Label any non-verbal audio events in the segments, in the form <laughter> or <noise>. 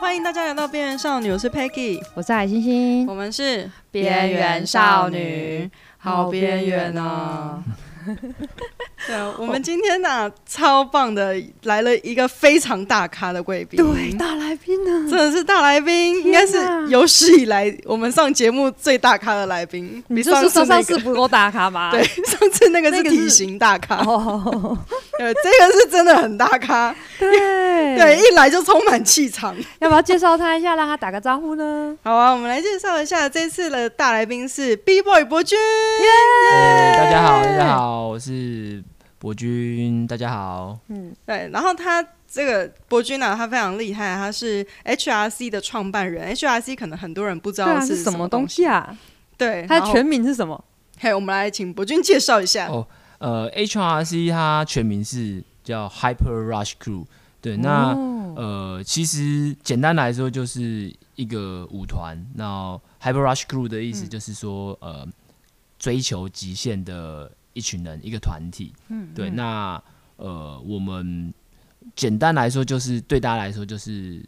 欢迎大家来到边缘少女，我是 Peggy，我是海星星我，们是边缘少女，好边缘哦啊！嗯对，我们今天呢、超棒的，来了一个非常大咖的贵宾，对，大来宾啊呢？真的是大来宾，应该是有史以来我们上节目最大咖的来宾，比你就次是说上那次个。不够大咖 <laughs> <laughs> 吧？对，，上次那个是那个是体型大咖，哦，对，这个是真的很大咖，对对，，一来就充满气场。要不要介绍他一下，让他打个招呼呢？好啊，我们来介绍一下这次的大来宾是 B Boy 伯君，哎大家好，大家好，我是博君，大家好，对，然后他这个伯君呢、他非常厉害，他是 HRC 的创办人，HRC 可能很多人不知对道啊，是什什么东东西啊？对，他然的后全名是什么？嘿，我们来请伯君介绍一下。哦呃，HRC 它全名是叫 Hyper Rush Crew，对，那、哦呃，其实简单来说就是一个舞团，那 Hyper Rush Crew 的意思就是说、呃，追求极限的一群人，一个团体，嗯，对，那呃，我们简单来说就是对大家来说就是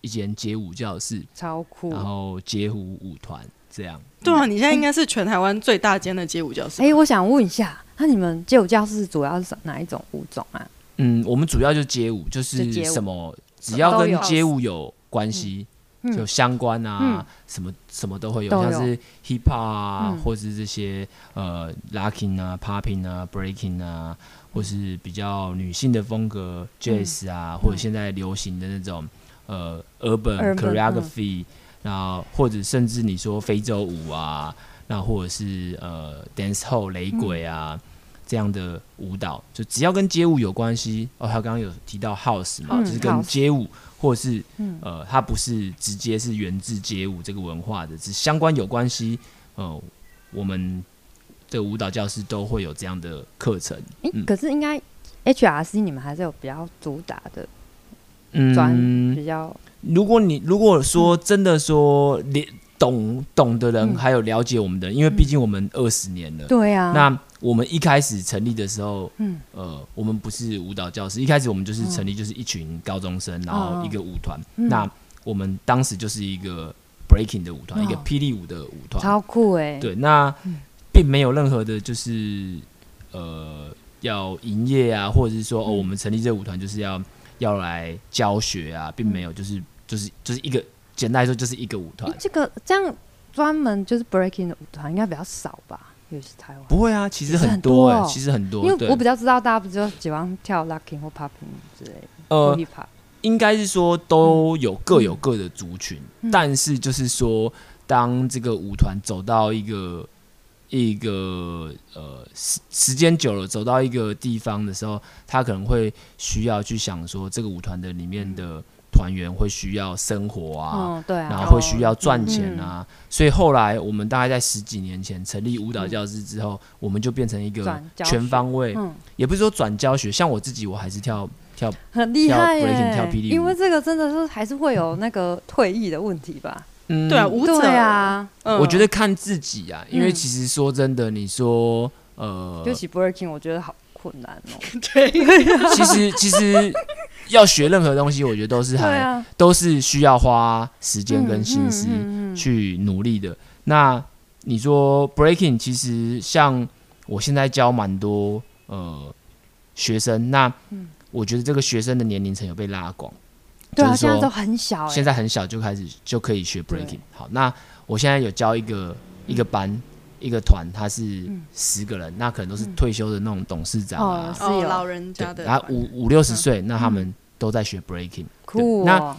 一间街舞教室，超酷！然后街舞舞团这样。对啊，你现在应该是全台湾最大间的街舞教室。哎，我想问一下，那你们街舞教室主要是哪一种舞种啊？嗯，我们主要就街舞，就就是街舞什么只都要有跟街舞有关系，嗯就相关啊，什么什么都会有，都有像是 hip hop 啊，嗯或是这些呃 locking 啊、popping 啊、breaking 啊，或是比较女性的风嗯格 jazz 啊，或者现在流行的那种呃 urban Urban，嗯 choreography，、然后或者甚至你说非洲舞啊，那或者是呃 dance hall 雷鬼啊。嗯这样的舞蹈，就只要跟街舞有关系哦。他刚刚有提到 house 嘛，嗯就是跟 house 嗯街舞或者是、呃，它不是直接是源自街舞这个文化的，只相关有关系。呃，我们的舞蹈教室都会有这样的课程。哎，嗯可是应该 HRC 你们还是有比较主打的专嗯，比较如果你如果说真的说连懂懂的人，嗯还有了解我们的人，因为毕竟我们二十年了，对啊，那我们一开始成立的时候，嗯呃，我们不是舞蹈教室，一开始我们就是成立就是一群高中嗯生，然后一个舞团。那我们当时就是一个 breaking 的舞团，哦一个霹雳舞的舞团。超酷哎！对，那并没有任何的，就是呃，要营业啊，或者是说哦，嗯我们成立这个舞团就是要要来教学啊，嗯并没有，就是就是就是一个简单来说就是一个舞团诶，。这个这样专门就是 breaking 的舞团应该比较少吧，尤其台湾。不会啊，其实其实很很多多哎、哦其实很多。因为对我比较知道大家不就喜欢跳 locking 或 popping 之类的，呃或 hip hop。应该是说嗯都有各有各的族群，但是就是说，当这个舞团走到一个一个呃时时间久了，走到一个地方的时候，他可能会需要去想说，这个舞团的里面的团员会需要生活啊，嗯，对然啊，后会需要赚钱啊，所以后来我们大概在十几年前成立舞蹈教室之后，我们就变成一个嗯转教学全方位，嗯，也不是说转教学，像我自己，我还是跳跳很厉跳害 breaking，跳耶霹！雳舞因为这个真的是还是会有那个退役的问题 <laughs> 吧？嗯对啊，舞者对，啊，嗯我觉得看自己啊，因为嗯其实说真的，你说呃尤，其 breaking 我觉得好困难哦。其实 <laughs> 其实要学任何东西，我觉得都是对还、啊，都是需要花时间嗯跟心思嗯嗯嗯去努力的。那你说 breaking，其实像我现在教蛮多呃学生，那我觉得这个学生的年龄层有被拉广，嗯对啊，就是现在说都很小现哎。在很小就开始就可以学对 breaking。好，那我现在有教一个一个班一个团，他是十个人，那可能都是退休的那种董事长啊，是嗯哦，有老人家的对啊团，嗯然后五五六十岁，那他们都在学 breaking。酷对哦。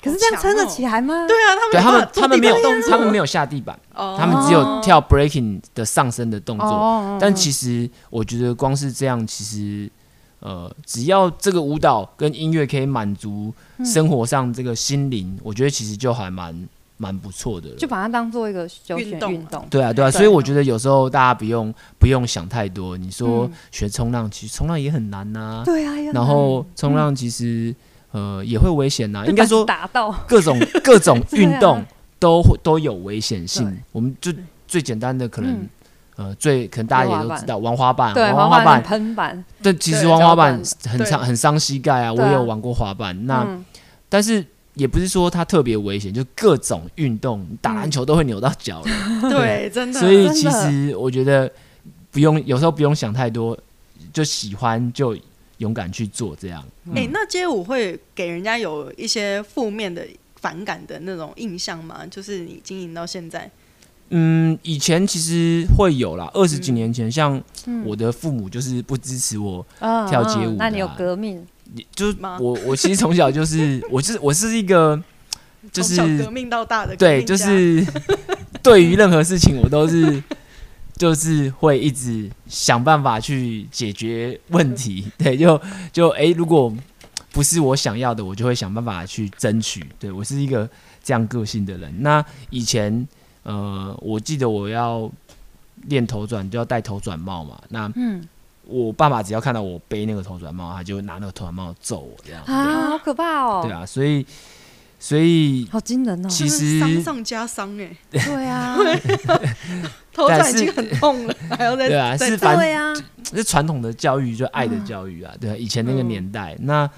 可是这样撑得好强哦起来吗？对啊，他们对他们，他们没有动作，他们没有下地板，哦他们只有跳 breaking 的上身的动作。哦，啊但其实我觉得光是这样，其实呃，只要这个舞蹈跟音乐可以满足嗯生活上这个心灵，我觉得其实就还蛮蛮不错的了。就把它当做一个休运闲动运动。对啊，对啊，对所以我觉得有时候大家不用不用想太多。你说嗯学冲浪，其实冲浪也很难呐、对啊，也很然后冲浪其实、呃也会危险呐、被应该说打到 <laughs> 各种各种对啊运动都会都有危险性对。我们就最简单的可能、嗯呃最可能大玩家也滑都板知道玩滑板，对玩滑滑板板，喷板，但其实对玩滑滑板板很伤很伤膝盖啊。我对啊也有玩过滑板，那、嗯但是也不是说它特别危险，就各种运动，你打嗯篮球都会扭到脚了。对，真的。所以真的其实我觉得不用，有时候不用想太多，就喜欢就勇敢去做这样。哎、那街舞会给人家有一些负面的反感的那种印象吗？就是你经营到现在，嗯，以前其实会有啦，二十几年前，像我的父母就是不支持我，嗯跳街舞嗯那你有的啊革命？也就是吗我我其实从小就是我就是我是一个就从是小革命到大的革对，命家就是 <laughs> 对于任何事情我都是就是会一直想办法去解决问题，对，就就诶，如果不是我想要的，我就会想办法去争取。对我是一个这样个性的人。那以前呃，我记得我要练头转就要戴头转帽嘛，那嗯我爸爸只要看到我背那个头转帽，他就会拿那个头转帽揍我这样。啊，好可怕哦！对，啊，所以所以好惊人哦！其就是实伤上加伤哎、对 <laughs> 啊，头但转已是经很痛了，还要再对啊，再是反对啊，是传统的教育，就爱的教育啊，对啊，以前那个年代。那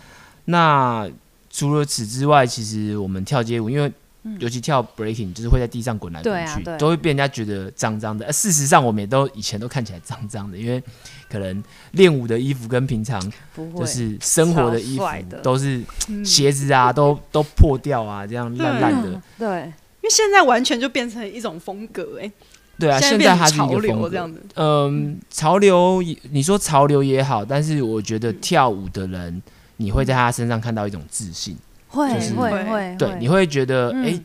那除了此之外，其实我们跳街舞，因为尤其跳 breaking，就是会在地上滚来滚对啊去，对啊都会被人家觉得脏脏的、呃事实上，我们也都以前都看起来脏脏的，因为可能练舞的衣服跟平常不会，就是生活的衣服超帅的都是嗯鞋子啊，都都破掉啊，这样烂烂的嗯。对，因为现在完全就变成一种风格哎、对啊，现变成在它是一潮个风流格这。样子，嗯，潮流也，你说潮流也好，但是我觉得跳舞的人，你会在他身上看到一种自信，会就是会嗯会，对，你会觉得，嗯哎、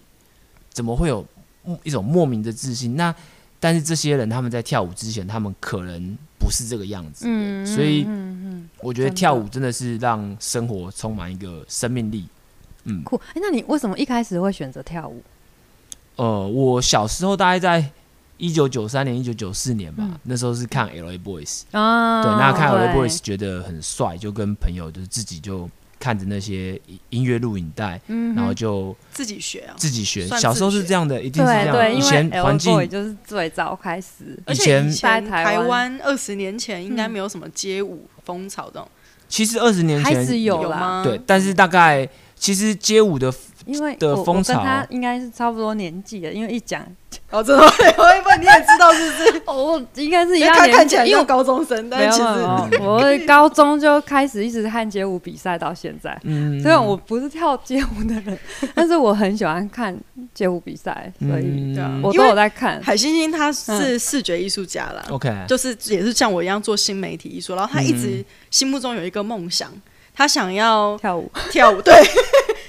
怎么会有嗯一种莫名的自信？那但是这些人他们在跳舞之前，他们可能不是这个样子的，嗯，所以嗯嗯我觉得真的跳舞真的是让生活充满一个生命力。嗯酷。哎，那你为什么一开始会选择跳舞？呃，我小时候大概在一九九三年、一九九四年吧，嗯那时候是看 L A Boys，啊，对，那看 L A 对 Boys 觉得很帅，就跟朋友就是自己就看着那些音音乐录影带，嗯哼，然后就自己学啊。自己学。算小时候自是学这样的，一定是这对样。对，以因为哎前 L 环 boy 境就是最早开始，而以且以前前在台台湾湾二十年前应该没有什么街舞风潮这种，其实二十年开始前有啦，吗？对，但是大概其实街舞的因为的我我风跟潮他应该是差不多年纪的，因为一讲哦，真的 <laughs> 吗，我一问你也知道 <laughs> 是不是？哦，应该是一因为样哎他年纪，看起来因为像高中生，没但有其没实有， <laughs> 没有我高中就开始一直看街舞比赛到现在。嗯，虽然我不是跳街舞的 <laughs> 人，但是我很喜欢看街舞比赛，所以对啊嗯我都有在看。海星星他嗯是视觉艺术家啦， OK，就是也是像我一样做新媒体艺术，然后他一直嗯心目中有一个梦想，他想要跳舞，跳舞，对 <laughs>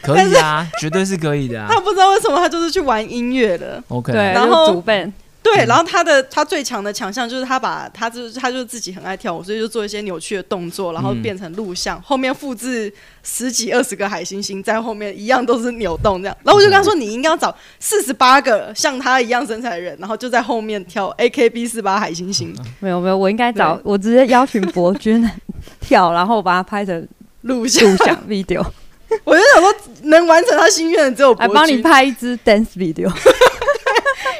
可以啊，绝对是可以的啊他。不知道为什么他就是去玩音乐了。 OK，对，然就后是主办，对，然后他的他最强的强项就是他把他就是他就自己很爱跳舞，所以就做一些扭曲的动作，然后嗯变成录像，后面复制十几二十个海星星在后面一样都是扭动这样。然后我就跟他说，你应该要找四十八个像他一样身材的人，然后就在后面跳 AKB 四八海星星没有没有，我应该找我直接邀请博君跳，然后我把它拍成录像。录像 video， <laughs> 我就想说，能完成他心愿的只有来博帮你君拍一支 dance video，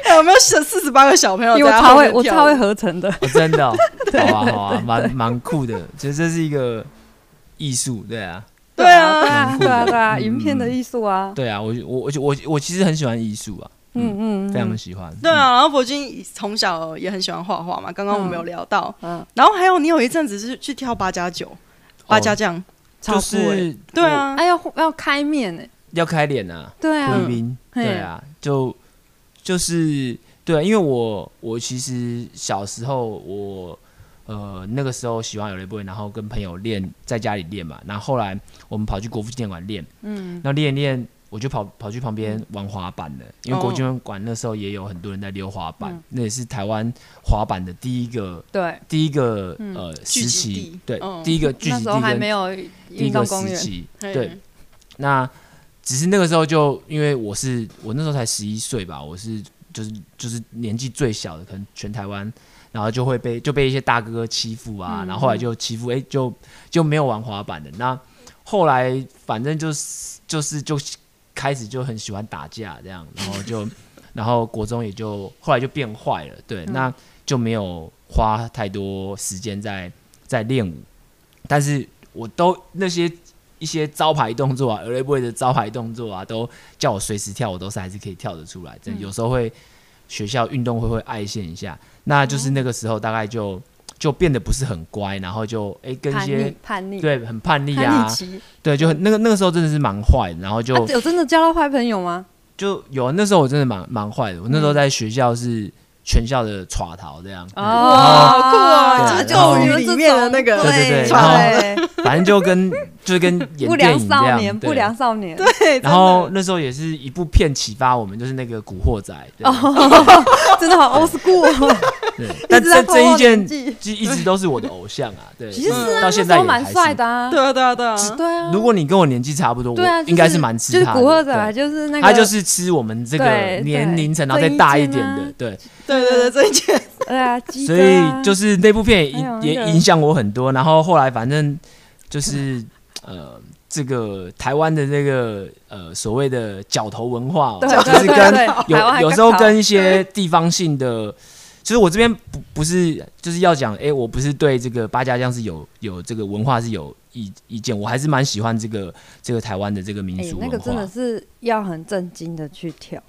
哎有没有四四十八个小朋友？因为我超会我超会。合成的。哦真的哦，好啊好啊，蛮蛮酷的，其实这是一个艺术，对啊。对啊对啊蛮酷对的啊对啊，嗯影片的艺术啊，对啊，我我我我我其实很喜欢艺术啊，嗯，嗯嗯，非常喜欢。对啊，然后博君从小也很喜欢画画嘛，刚刚我们有聊到。嗯，然后还有你有一阵子是去跳八加九、哦八加酱，嗯，超就酷欸。是对啊，哦哎要要开面呢，要开脸啊，对贵啊，宾，嘿对啊，就就是对啊，因为我我其实小时候我呃那个时候喜欢有雷 boy，然后跟朋友练在家里练嘛，然后后来我们跑去国父纪念馆练，嗯，那练一练。我就跑跑去旁边玩滑板了，因为国军馆那时候也有很多人在溜滑板，哦嗯那也是台湾滑板的第一个对，第一个、嗯呃聚时集期地，对，嗯第一个聚那集时候地还跟没有第一运个动时公园，期，嘿对，那只是那个时候就因为我是我那时候才十一岁吧，我是就是就是年纪最小的，可能全台湾，然后就会被就被一些大哥哥欺负啊，然后后来就欺负，哎、就就没有玩滑板的。那后来反正就是就是就开始就很喜欢打架这样，然后就然后国中也就后来就变坏了，对，那就没有花太多时间在在练舞，但是我都那些一些招牌动作啊 l a boy 的招牌动作啊，都叫我随时跳，我都是还是可以跳得出来。嗯真的有时候会学校运动会会爱现一下，那就是那个时候大概就就变得不是很乖，然后就哎、跟一叛些逆叛逆对很叛逆叛啊逆，期，对，就很那个那个时候真的是蛮坏的，然后就、啊有真的交到坏朋友吗？就有啊那时候我真的蛮蛮坏嗯的，我那时候在学校是全校的耍逃这样，哦哇好酷啊就是咒语里面的那个对对对对对反正就跟 <laughs> 就是跟演不电良影这少样，年，对不良少年，对，然后那时候也是一部片启发我们，就是那个《古惑仔》对。真的好 old school 哦。 <laughs> 对， <laughs> 但这这一件一直在泡泡年纪就一直都是我的偶像啊。对，其实是啊到那现时在候也蛮还是帅的啊，对啊，对啊，对啊，对啊，如果你跟我年纪差不多，对啊，我就应该是是蛮吃就是他的。古惑仔，对就是那个，他就是吃我们这个对年对龄层，然后这再一大一届点吗的，对。对对对，这一件对啊，鸡哥所啊以就是那部片也还有影那也个影响我很多。然后后来反正就是呃，这个台湾的这个呃所谓的角头文化、哦，对就对是对跟对台湾有还有更时候早跟一些地方性的，其实我这边不不是就是要讲，哎、我不是对这个八家将是有有这个文化是有意意见，我还是蛮喜欢这个这个台湾的这个民哎俗，那文个真化的。是要很震惊的去跳，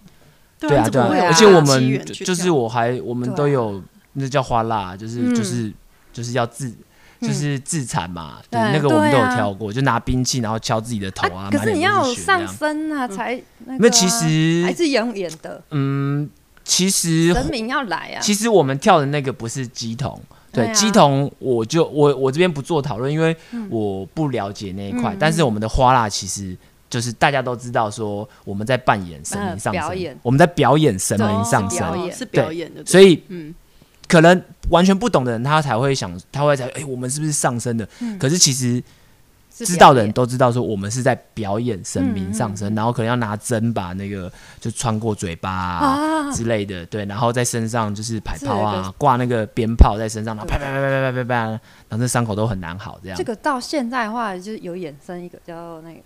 对 <laughs> 对啊，对怎么啊会有，有而这且个我机们缘就去就是跳我还我们对啊都有那叫花蜡，就是嗯就是就是要自。就是自残嘛，对，对那个我们都对有啊跳过，就拿兵器然后敲自己的头啊，可满是脸你都要有血这上样身啊，才那个啊。那其实还是演演的，嗯，其实人民要来啊。其实我们跳的那个不是鸡童，对对啊嗯鸡童我就我我这边不做讨论，因为我不了解那一块。但是我们的花蜡其实就是大家都知道，说我们在扮演神明呃上表身演，我们在表演神明哦上表身，演是表演的，所以嗯，可能完全不懂的人他才会想，他会才哎、我们是不是上身的？嗯可是其实是知表道的人演都知道，说我们是在表演神嗯明上身，然后可能要拿针把那个就穿过嘴巴啊啊之类的，对，然后在身上就是排是有炮一啊个，挂那个鞭炮在身上，然后啪啪啪啪啪啪啪，然后那伤口都很难好，这样这。个到现在的话，就是有衍生一个叫那个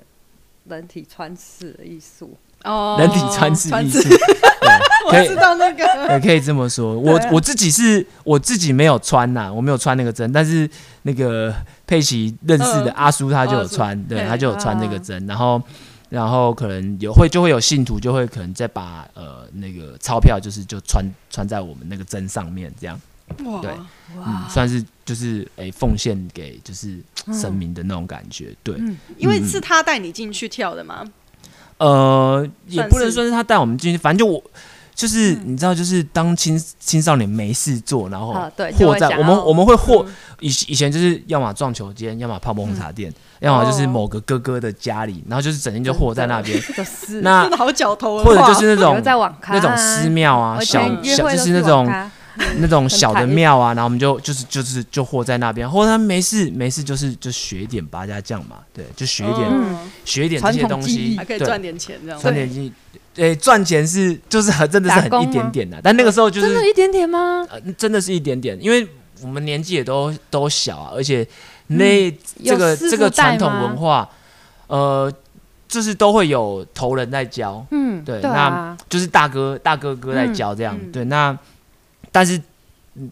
人体穿刺的艺术，哦人体穿刺艺术，对我可以知道那个，也可以这么说。我、对啊我自己是我自己没有穿呐、我没有穿那个针，但是那个佩奇认识的嗯阿叔他就有阿叔穿，对嘿他就有穿那个啊针，然后。然后可能有会就会有信徒就会可能再把呃那个钞票就是就穿穿在我们那个针上面这样，对哇，啊嗯，算是就是诶奉献给就是嗯神明的那种感觉，对，因为是他带你进去跳的嘛，呃，也算不能是说是他带我们进去，反正就我就是、嗯你知道，就是当青青少年没事做，然后啊对就或会嗯在想我们要我们会或以以前就是要么撞球间，要么泡沫红茶店，要么就是哦某个哥哥的家里，然后就是整天就和在那边。就是那真的好角头文或者化，就是那有种在网咖那种寺庙啊，我以小前约小会就都是那网种咖那种小的很庙啊，然后我们就就是就是就和在那边，或者他们没事没事就是就学一点八家将嘛，对，就学一点、嗯学一点这些传统东技西，艺还可以对赚点钱这样，赚点经济，诶，赚钱是就是很真的是打很工一点吗点的、但那个时候就真是的一点点吗？呃真的是一点点，因为我们年纪也都都小啊，而且那、这嗯有个师这个傅带传统吗文化，呃，就是都会有头人在教，嗯，对啊，就是大哥大哥哥在教这样，嗯嗯对，那但是。嗯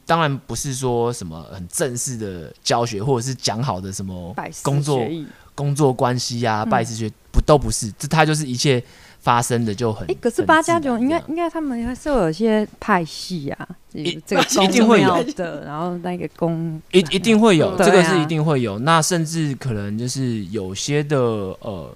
当然不是说什么很正式的教学，或者是讲好的什么百思工作学艺嗯工作关系啊、拜师学不都不是，这它就是一切发生的就很。哎，可是很八自家然九应这该样应该他们还是会有一些派系啊，一这个一定会有公庙的，然后那个公一一定会有，嗯这个对是啊一定会有。那甚至可能就是有些的呃，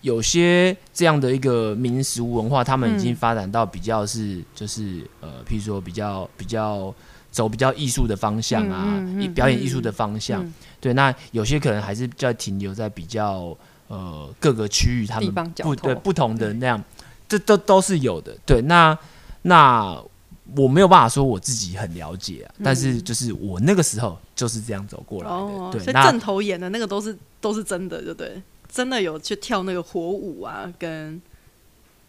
有些这样的一个民俗文化，他们已经嗯发展到比较是、就是呃，譬如说比较比较走比较艺术的方向啊，嗯嗯嗯以表演艺术的方向。嗯对，那有些可能还是比较停留在比较呃各个区域他们地方角不对头不同的那样，这都都是有的。对，那那我没有办法说我自己很了解、啊，嗯但是就是我那个时候就是这样走过来的。哦，所对，以那正头演的那个都是都是真的，对不对？真的有去跳那个火舞啊，跟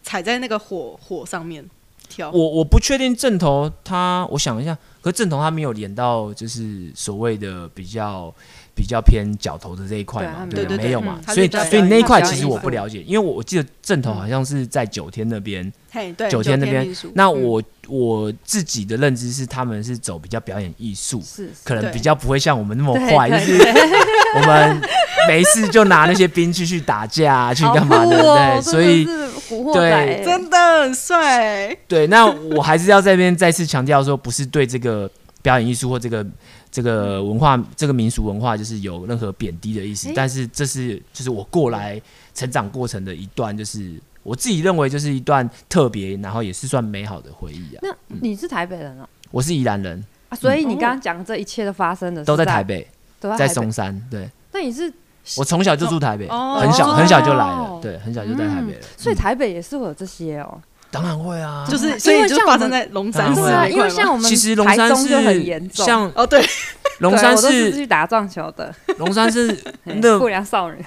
踩在那个火火上面跳。我我不确定正头他，我想一下，可是正头他没有连到就是所谓的比较比较偏角头的这一块对啊嘛，他对们对啊对对没有嘛嗯，他所以是比较嗯所以那一块比较其实我艺术不了解，因为我我记得正头好像是在九天那边。嘿，对，九天那边民俗那我、我自己的认知是，他们是走比较表演艺术，是是可能对比较不会像我们那么对坏，就对是对我们没事就拿那些兵器去打架、 <laughs> 去好干嘛酷的，对不对？哦，所以真的是古惑仔，对真的很帅。对，那我还是要在这边再次强调说，不是对这个表演艺术或这个这个文化、这个民俗文化，就是有任何贬低的意思。诶但是这是就是我过来成长过程的一段，就是我自己认为就是一段特别，然后也是算美好的回忆啊。那你是台北人哦，我是宜兰人，啊所以嗯你刚刚讲这一切的发生的是都在台，北，都在在台北松山。对，那你是我从小就住台北，哦很小哦很小就来了，对，很小就在台北嗯了。所以嗯台北也是会有这些哦。当然会啊，就因是为所以就像我发们生在龙山寺嗯对那啊一因为块吗像我们其实龙山台中就很是严重，像哦对， <laughs> 龙山对我都是是去打撞球的，龙 <laughs> 山是嘿那不良少女，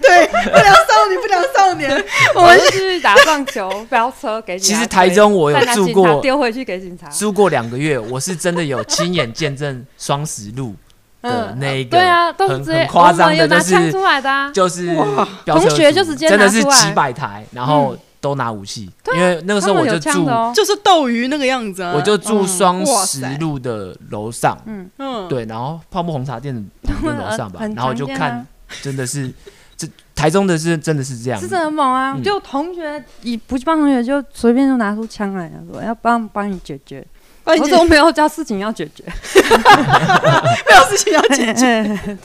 对，不良少女，不良少年， <laughs> 我们去打撞球，飙车给啊警其察实追。台中我有再拿住警察过，丢回去给警察。住过两个月，我是真的有亲眼见证双十路的那一嗯个，对啊，都是很直接很夸我张们有的，拿就枪是出来的啊。就是哇飙车同学族就直接真的拿是出来嗯几百台，然后都拿武器，对啊因为那个时候他我们就有枪住的哦，嗯就是斗鱼那个样子啊。我就住双哇十塞路的楼上，嗯，对，然后泡沫红茶店的们楼上 <laughs> 吧，很然后常就见看啊真的是这台中的是真的是这样是，真的很猛啊！嗯就同学以补习班同学就随便就拿出枪来，说要帮帮哎你解决。关我键说没有叫事情要解决， <laughs> 没有事情要解 <laughs> 决。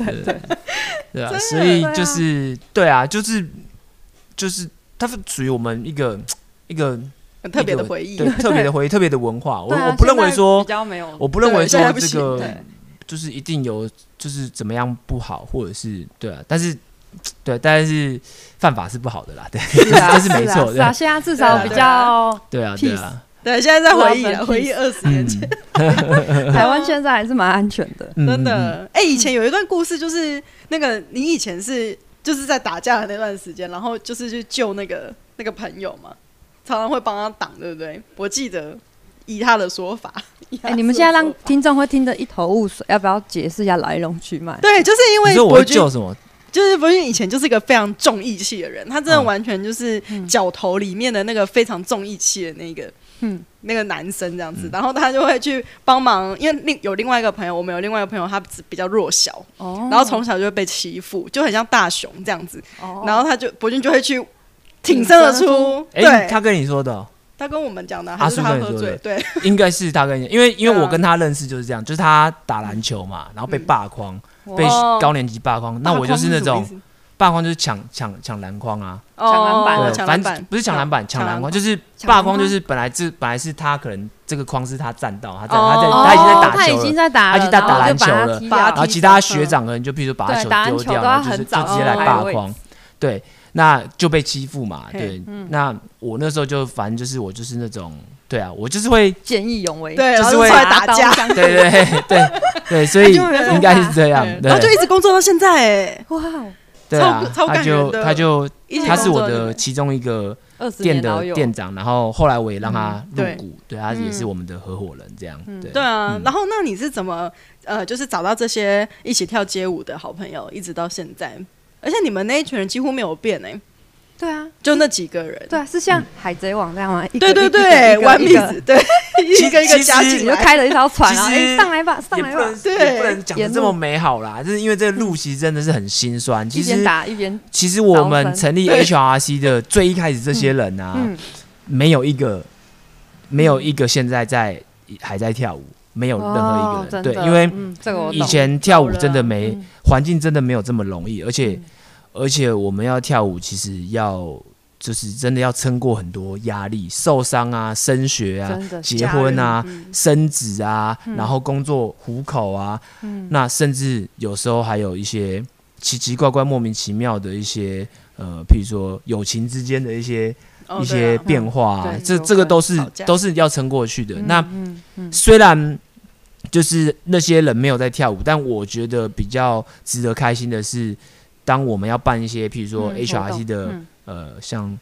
对啊，真的所以对啊就是对啊，就是就是它是属于我们一个一个。很特别的回忆。对特别的回忆、特别的文化。我对啊我不认为现说在比，较没有，我不认为对现在说不这行个对就是一定有就是怎么样不好，或者是对啊，但是对，啊但是犯法是不好的啦， <laughs> 对，是啊，这是没啊错是啊，现在至少比对较对啊，对啊，对，现在在回忆啊， Love and 回忆二十年前，台湾现在还是蛮安全的。嗯真，的。哎、以前有一段故事，就是那个你以前是就是在打架的那段时间，然后就是去救那个那个朋友嘛，常常会帮他挡，对不对？我记得以他的说法， <laughs> 以他哎、的你们现在说让法听众会听得一头雾水，要不要解释一下来龙去脉？对，就是因你为说我伯会君救什么？就是伯君以前就是一个非常重义气的人，他真的嗯完全就是脚头里面的那个非常重义气的那个，嗯那个男生这样嗯子，然后他就会去帮忙，因为另有另外一个朋友，我们有另外一个朋友，他比较弱小，哦然后从小就会被欺负，就很像大熊这样子，哦然后他就伯君就会去挺身而挺身而出，哎，对，他跟你说的哦，他跟我们讲的，阿还是叔他跟你喝说醉的，对，应该是他跟你，因为因为对啊我跟他认识就是这样，就是他打篮球嘛，然后被霸框，嗯被哦高年级霸框，那我就是那种霸框就是抢抢抢篮筐啊，抢篮板哦对，抢反篮正板不是抢篮板，抢抢篮篮筐就是抢霸篮框，就筐是本来这本来是他可能这个框是他占到，他在哦他在哦他已经在他打球已经在了，打他了，然已经在打后就把篮球他了踢把掉他然后其他学长可能就比如说把他对打篮丢球掉，都要然后就是很就早哦直接来就霸排位框，对，那就被欺负嘛，对嘿，嗯那我那时候就反正就是我就是那种对啊，我就是会见义勇为，对，然就是后就会出来拿打刀架，相 <laughs> 对对对对对，所以就没有应该是这样对，然后哎哦就对一直工作到现在、哎，哇，对啊超，超他感就人的他就一直他是工我作到现的在其中一个。二十店年老的友，店长，然后后来我也让他入对股，对他也是我们的合伙人，这样对对啊，嗯然后那你是怎么呃，就是找到这些一起跳街舞的好朋友，一直到现在？而且你们那一群人几乎没有变哎、对啊，就那几个人。对啊，是嗯像海贼王那样吗？一对个对一个对一，个玩一命个子，对， <laughs> 一个一其个实加你进就来，开了一条船啊！其实哎，上来吧，上也来不吧能，对也不能讲的这么美好啦，就是因为这个路其实真的是很心酸。其一边实打一边其实我招们生成立 HRC 的最一开始这些人啊，嗯，没有一个没有一个现在在还在跳舞，没有任何哦一个人真对，的因为嗯这个我以懂前跳舞真的没嗯环境真的没有这么容易，而且而且我们要跳舞，其实要就是真的要撑过很多压力，受伤啊、升学啊真、的结婚啊家、嗯人升职啊，然后工作糊口啊，嗯那甚至有时候还有一些奇奇怪怪、莫名其妙的一些呃，譬如说友情之间的一些哦一些对啊变化、啊嗯对这有这可个能都是吵架都是要撑过去的。那嗯嗯虽然就是那些人没有在跳舞，但我觉得比较值得开心的是，当我们要办一些，譬如说嗯 HRC 的、嗯呃，像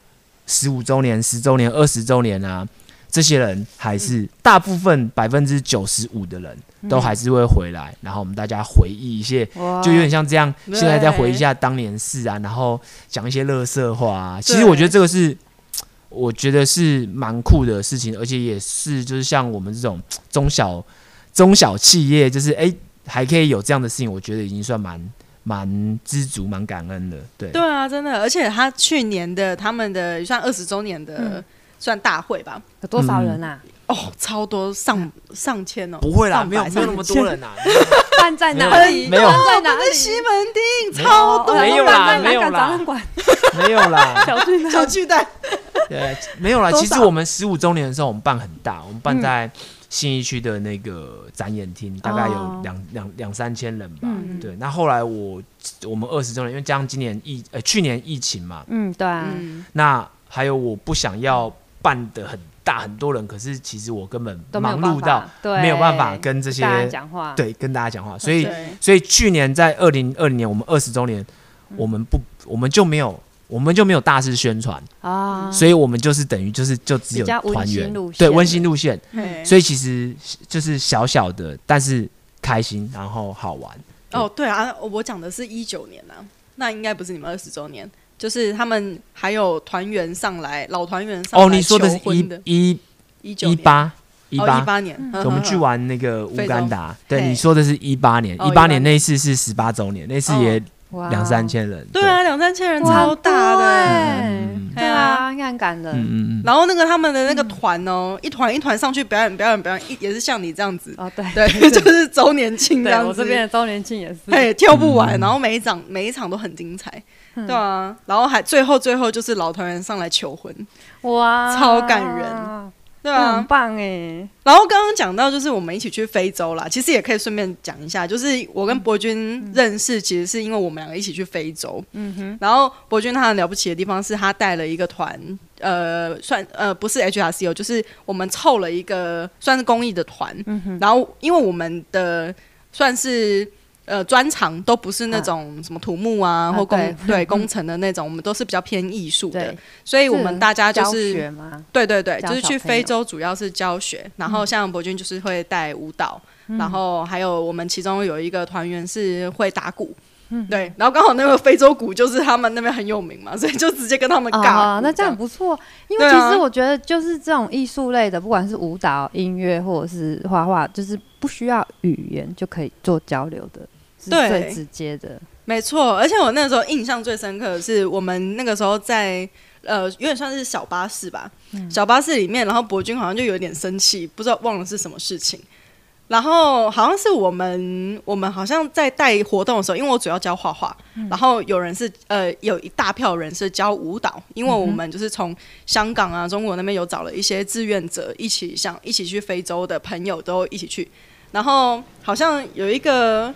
十五周年、十周年、二十周年啊，这些人还是、嗯大部分百分之九十五的人都还是会回来，然后我们大家回忆一些，哇就有点像这样，哦对现在再回忆一下当年事啊，然后讲一些乐色话啊。其实对我觉得这个是，我觉得是蛮酷的事情，而且也是就是像我们这种中小中小企业，就是哎、还可以有这样的事情，我觉得已经算蛮蛮知足、蛮感恩的。对，对啊，真的，而且他去年的他们的算二十周年的、嗯算大会吧，有多少人嗯啊？哦，超多上嗯上千哦，不会啦，上没有百没有那么多 <laughs> 人啦，啊办在哪里？没有啊办在哪那里？西门町超多没有啦办在哦没有啦南港展览馆，没有啦， <laughs> 小巨蛋小巨蛋，对，没有啦。多其实少嗯我们十五周年的时候，我们办很大，我们办在信义区的那个展演厅，大概有哦两两两三千人吧。嗯对，那后来我我们二十周年，因为加上今年疫呃去年疫情嘛，嗯，对啊，嗯，那还有我不想要办的很大很多人，可是其实我根本都没有忙办碌到法，啊对，没有办法跟这些大家讲话，，对跟大家讲话，所以对所以去年在二零二零年我们二十周年，嗯我们不我们就没有我们就没有大肆宣传，啊，所以我们就是等于就是就只有比较温团圆馨路，线对温馨路线，嗯嘿所以其实就是小小的，但是开心，然后好玩，哦，对啊，我讲的是一九年啊，那应该不是你们二十周年，就是他们还有团员上来，老团员上来哦，你说的是求婚一一一九一八一哦八一八年，嗯呵呵我们去呵玩那个乌干达，非洲对你说的是一八年，哦一八年那一次是十八周年，那次也哇两三，千人，对啊，两三千人哇超大很多的。欸嗯对啊，应该很感人嗯嗯嗯，然后那个他们的那个团哦，一团一团上去表演表演表演，一也是像你这样子，哦，对， <laughs> 对， <laughs> 就是周年庆这对样子。我这边的周年庆也是，嘿，跳不完，嗯然后每一场每一场都很精彩，嗯对啊，然后还最后最后就是老团员上来求婚，哇，超感人，对啊，很棒哎，然后刚刚讲到就是我们一起去非洲啦，其实也可以顺便讲一下，就是我嗯跟博君认识，其实是因为我们两个一起去非洲，嗯哼，然后博君他很了不起的地方是他带了一个团，呃，算呃不是 HRCO，就是我们凑了一个算是公益的团，嗯哼，然后因为我们的算是呃专长都不是那种什么土木啊、啊或工对对工程的那种，我们都是比较偏艺术的对，，所以我们大家就教是学嘛，对对对，教就是小去朋友嗯非洲主要是教学，然后像博君就是会带舞蹈，然后还有我们其中有一个团员是会打鼓。嗯对，然后刚好那个非洲鼓就是他们那边很有名嘛，所以就直接跟他们尬啊舞。，那这样样很不错，因对为其啊实我觉得就是这种艺术类的，不管是舞蹈、音乐或者是画画，就是不需要语言就可以做交流的，是对最直接的。没错，而且我那时候印象最深刻的是，我们那个时候在呃，有点算是小巴士吧，小巴士里面，然后博君好像就有点生气，不知道忘了是什么事情。然后好像是我们，我们好像在带活动的时候，因为我主要教画画，然后有人是呃有一大票人是教舞蹈，因为我们就是从香港啊、中国那边有找了一些志愿者一起想一起去非洲的朋友都一起去，然后好像有一个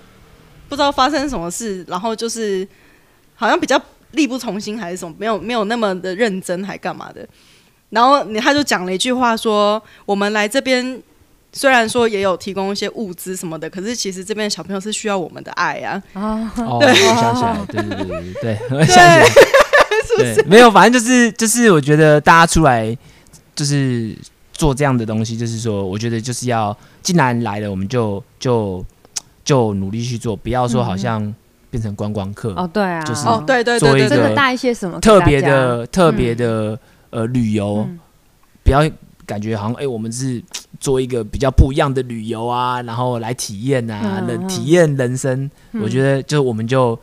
不知道发生什么事，然后就是好像比较力不从心还是什么，没有没有那么的认真，还干嘛的？然后你他就讲了一句话说：“我们来这边虽然说也有提供一些物资什么的，可是其实这边的小朋友是需要我们的爱啊。啊，哦，我想起来了，对对对对对对，我 <laughs> 想起来了，对，没有，反正就是就是，我觉得大家出来就是做这样的东西，就是说，我觉得就是要，既然来了，我们就就就努力去做，不要说好像变成观光客，哦，对啊，就是哦，对对做一对对个真的对，带一些什么给特大别家的特别的、呃旅游，嗯不要感觉好像哎、我们是做一个比较不一样的旅游啊，然后来体验啊，嗯人嗯体验人生。嗯我觉得就是我们就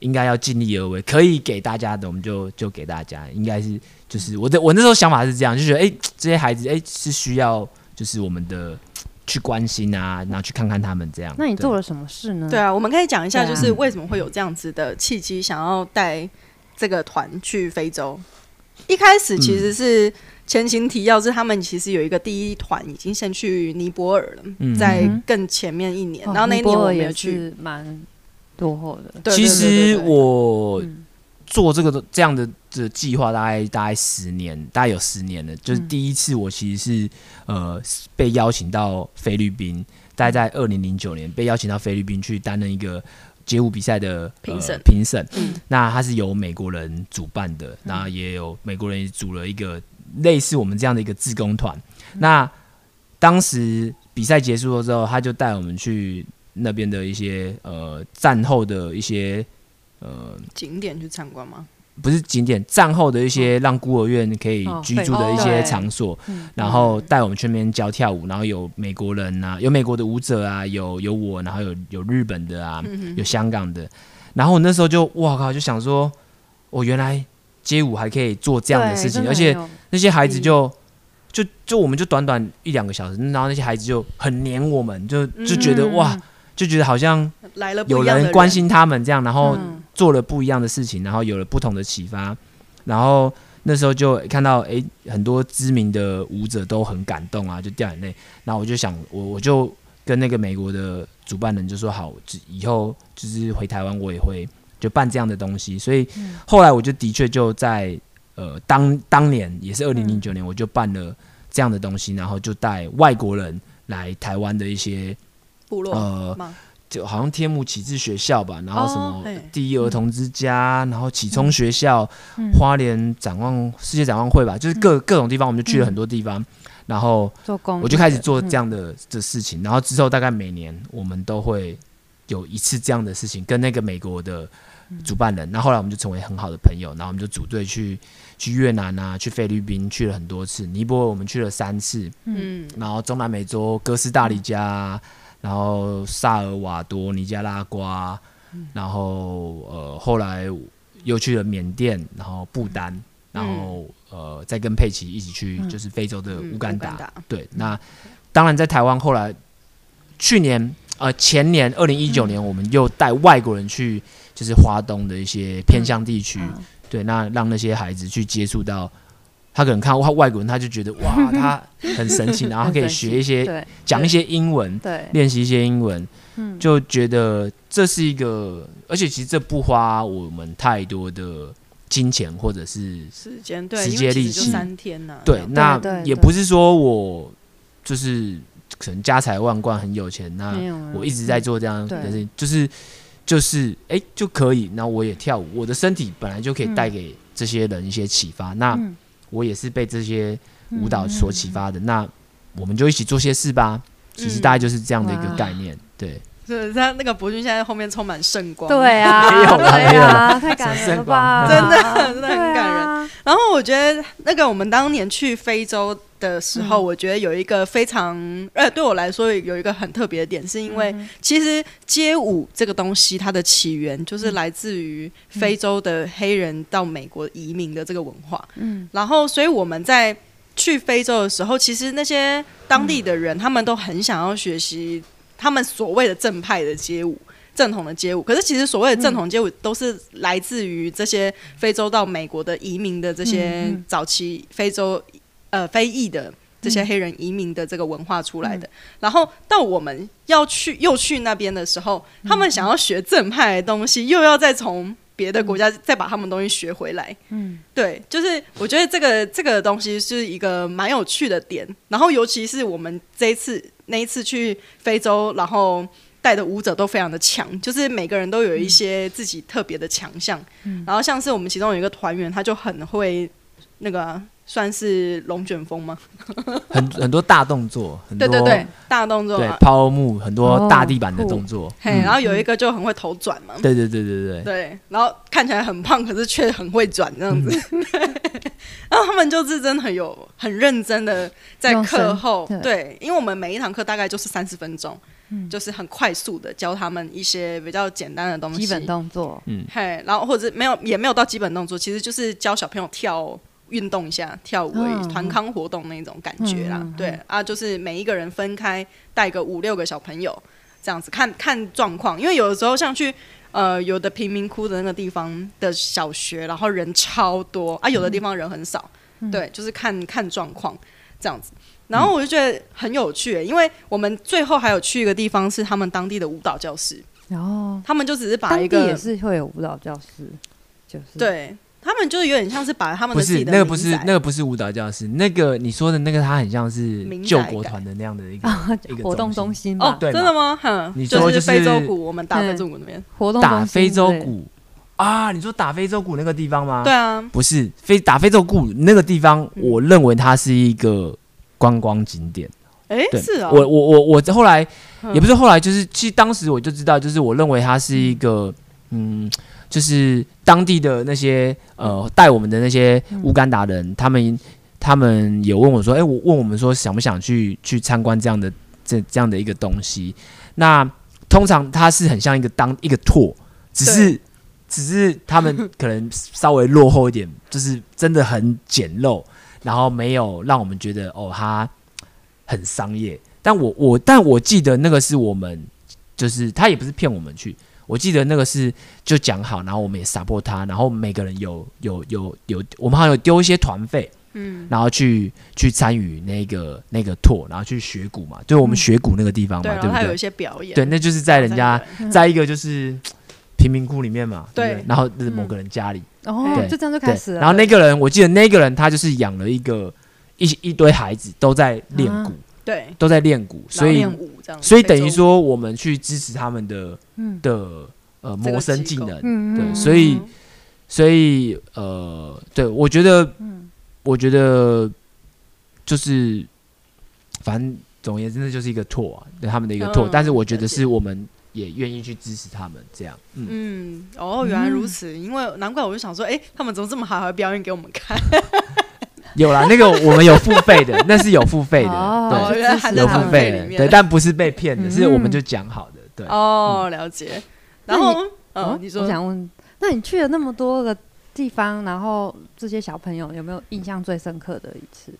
应该要尽力而为，可以给大家的我们就就给大家，应该是就是我的我那时候想法是这样，就觉得哎、这些孩子哎、是需要就是我们的呃去关心啊，然后去看看他们这样。那你做了了什么事呢？对啊，我们可以讲一下，对就啊是为什么会有这样子的契机，想要带这个团去非洲。一开始其嗯实是前情提要是他们其实有一个第一团已经先去尼泊尔了，嗯在嗯更前面一年，哦，然后那一尼年泊我尔没也有去。是蛮落后的，对其对对对实对我嗯做这个这样的的计划，大概大概十年，大概有十年了。就是嗯第一次，我其实是呃被邀请到菲律宾，大概在嗯二零零九年被邀请到菲律宾去担任一个街舞比赛的评审呃评审、嗯那它是由美国人主办的，那也有美国人也组了一个类似我们这样的一个志工团。嗯那当时比赛结束了之后，他就带我们去那边的一些呃战后的一些呃景点去参观吗？不是景点，战后的一些让孤儿院可以哦居住的一对些哦场所，嗯然后带我们去那边教跳舞，然后有美国人啊，有美国的舞者啊，有有我，然后有有日本的啊，有香港的。然后我那时候就哇靠，就想说，我原来街舞还可以做这样的事情，而且那些孩子就就就我们就短短一两个小时，然后那些孩子就很黏我们，就就觉得、嗯哇，就觉得好像来了不有一样的人关心他们这样，然后嗯做了不一样的事情，然后有了不同的启发，然后那时候就看到诶很多知名的舞者都很感动啊，就掉眼泪。然后我就想，我我就跟那个美国的主办人就说好，只以后就是回台湾我也会就办这样的东西。所以嗯后来我就的确就在呃当当年也是二零零嗯九年，我就办了这样的东西，然后就带外国人来台湾的一些部落呃吗？就好像天母启智学校吧，然后什哦么嘿第一儿童之家，然后启聪学校、嗯花莲展望世界展望会吧，就是各、各种地方，我们就去了很多地方，嗯然后做工，我就开始做这样嗯的、的事情，然后之后大概每年我们都会有一次这样的事情，跟那个美国的嗯主办人，那、后来我们就成为很好的朋友，然后我们就组队去去越南啊，去菲律宾去了很多次，尼泊尔我们去了三次，嗯，然后中南美洲哥斯达黎加，然后萨尔瓦多、尼加拉瓜，然后呃后来又去了缅甸，然后不丹，然后呃再跟佩奇一起去就是非洲的嗯呃乌干达。乌干达对，那当然在台湾后来去年呃前年二零一九年，我们又带外国人去就是华东的一些偏乡地区，对，那让那些孩子去接触到。他可能看外外国人，他就觉得哇，他很神奇，然后他可以学一些对讲一些英文，对，练习一些英文，嗯就觉得这是一个，而且其实这不花我们太多的金钱或者是时间对，时因间为其力实气就三天呐、对，那对对也不是说我就是可能家财万贯很有钱，那没有啊我一直在做这样对的事情，就是就是哎、就可以，那我也跳舞，我的身体本来就可以带给这些人一些启发，那嗯我也是被这些舞蹈所启发的，那我们就一起做些事吧。其实嗯大概就是这样的一哇个概念，对。对，他那个博君现在后面充满圣光。 <laughs> 对啊， <laughs> 没有啦对没有啊，啦太感人了吧，光真的真的很对啊感人。然后我觉得那个我们当年去非洲的时候，我觉得有一个非常呃，对我来说有一个很特别的点，是因为其实街舞这个东西它的起源就是来自于非洲的黑人到美国移民的这个文化。嗯，然后所以我们在。去非洲的时候，其实那些当地的人，他们都很想要学习他们所谓的正派的街舞、正统的街舞。可是其实所谓的正统街舞，都是来自于这些非洲到美国的移民的这嗯些嗯早期非洲呃非裔的这些黑人移民的这个文化出嗯来的。然后到我们要去又去那边的时候，嗯他们想要学正派的东西，又要再从别的国家再把他们东西学回来。嗯，对，就是我觉得这个这个东西是一个蛮有趣的点，然后尤其是我们这一次那一次去非洲，然后带的舞者都非常的强，就是每个人都有一些自己特别的强项，然后像是我们其中有一个团员，他就很会那个啊算是龙卷风吗？很很多大动作，很多对对哦对，大动作对嘛，抛木，很多大地板的动作，嗯嘿，然后嗯有一个就很会头转嘛，对对对对对，对，然后看起来很胖，可是却很会转这样子。 <laughs> 对，嗯然后他们就是真的很有很认真的在用课神后，对嗯对，因为我们每一堂课大概就是三十分钟，就是很快速的教他们一些比较简单的东西，啊基本动作，嗯嘿，然后或者没有也没有到基本动作，其实就是教小朋友跳运动一下，跳舞而已，嗯团康活动那种感觉啦。嗯嗯嗯对啊，就是每一个人分开带个五六个小朋友这样子，看看状况，因为有的时候像去。呃，有的贫民窟的那个地方的小学，然后人超多啊，有嗯的地方人很少，对，就是看看状况这样子。然后我就觉得很有趣、欸因为我们最后还有去一个地方是他们当地的舞蹈教室，然后他们就只是把当一地个也是会有舞蹈教室，就是， <laughs> 对他们就是有点像是把他们嗯不的自是己的那个不是民宅那个不是舞蹈教室，那个你说的那个，它很像是民宅救国团的那样的啊一个一个活动中中心，心哦吧，，对嘛真的吗？哼，你就说就是是非洲鼓，我们打嗯非洲鼓那边，活动打中心非洲对鼓啊，你说打非洲鼓那个地方吗？对，啊，不是非打非洲鼓那个地方，我认为它是一个观光景点。哎，对，是啊，我我我我后来、嗯也不是后来，就是其实当时我就知道，就是我认为他是一个嗯，就是当地的那些呃带我们的那些嗯乌干达人，他们他们有问我说，哎、我问我们说想不想去去参观这样的这这样的一个东西？那通常它是很像一个当一个 tour，只是只是他们可能稍微落后一点，就是真的很简陋，然后没有让我们觉得哦，它很商业。但我我但我记得那个是我们，就是他也不是骗我们去，我记得那个是就讲好，然后我们也撒破他，然后每个人有有有有，我们好像有丢一些团费，嗯，然后去去参与那个那个 tour，然后去学鼓嘛，就我们学鼓那个地方嘛，对，然对后不他有啊对一？些表演，对，那就是在人家对在一个就是嗯贫民窟里面嘛，对不对对，然后就是嗯某个人家里，哦，对就这样就对开始，了。然后那个人，我记得那个人他就是养了一个一一堆孩子都在练啊鼓，对，都在练鼓，所以然后练舞这样，所以等于非洲说我们去支持他们的嗯的呃这个谋生机技构能，嗯对嗯所以所以呃，对我觉得，嗯我觉得就是，反正总而言之，那就是一个 tour 啊，对他们的一个 tour、嗯但是我觉得了解是我们也愿意去支持他们这样。嗯，嗯，哦，原来如此，因为难怪我就想说，哎、他们怎么这么好，还会表演给我们 <laughs> 看？有啦，那个我们有付 <laughs> 费的，那是有付费的，哦对，原来含在有他们付费费里的，面对，但不是被骗的，嗯是我们就讲好的，对。嗯哦，了解。然后，哦嗯、你说哦我，想问，那你去了那么多个地方，然后这些小朋友有没有印象最深刻的一次？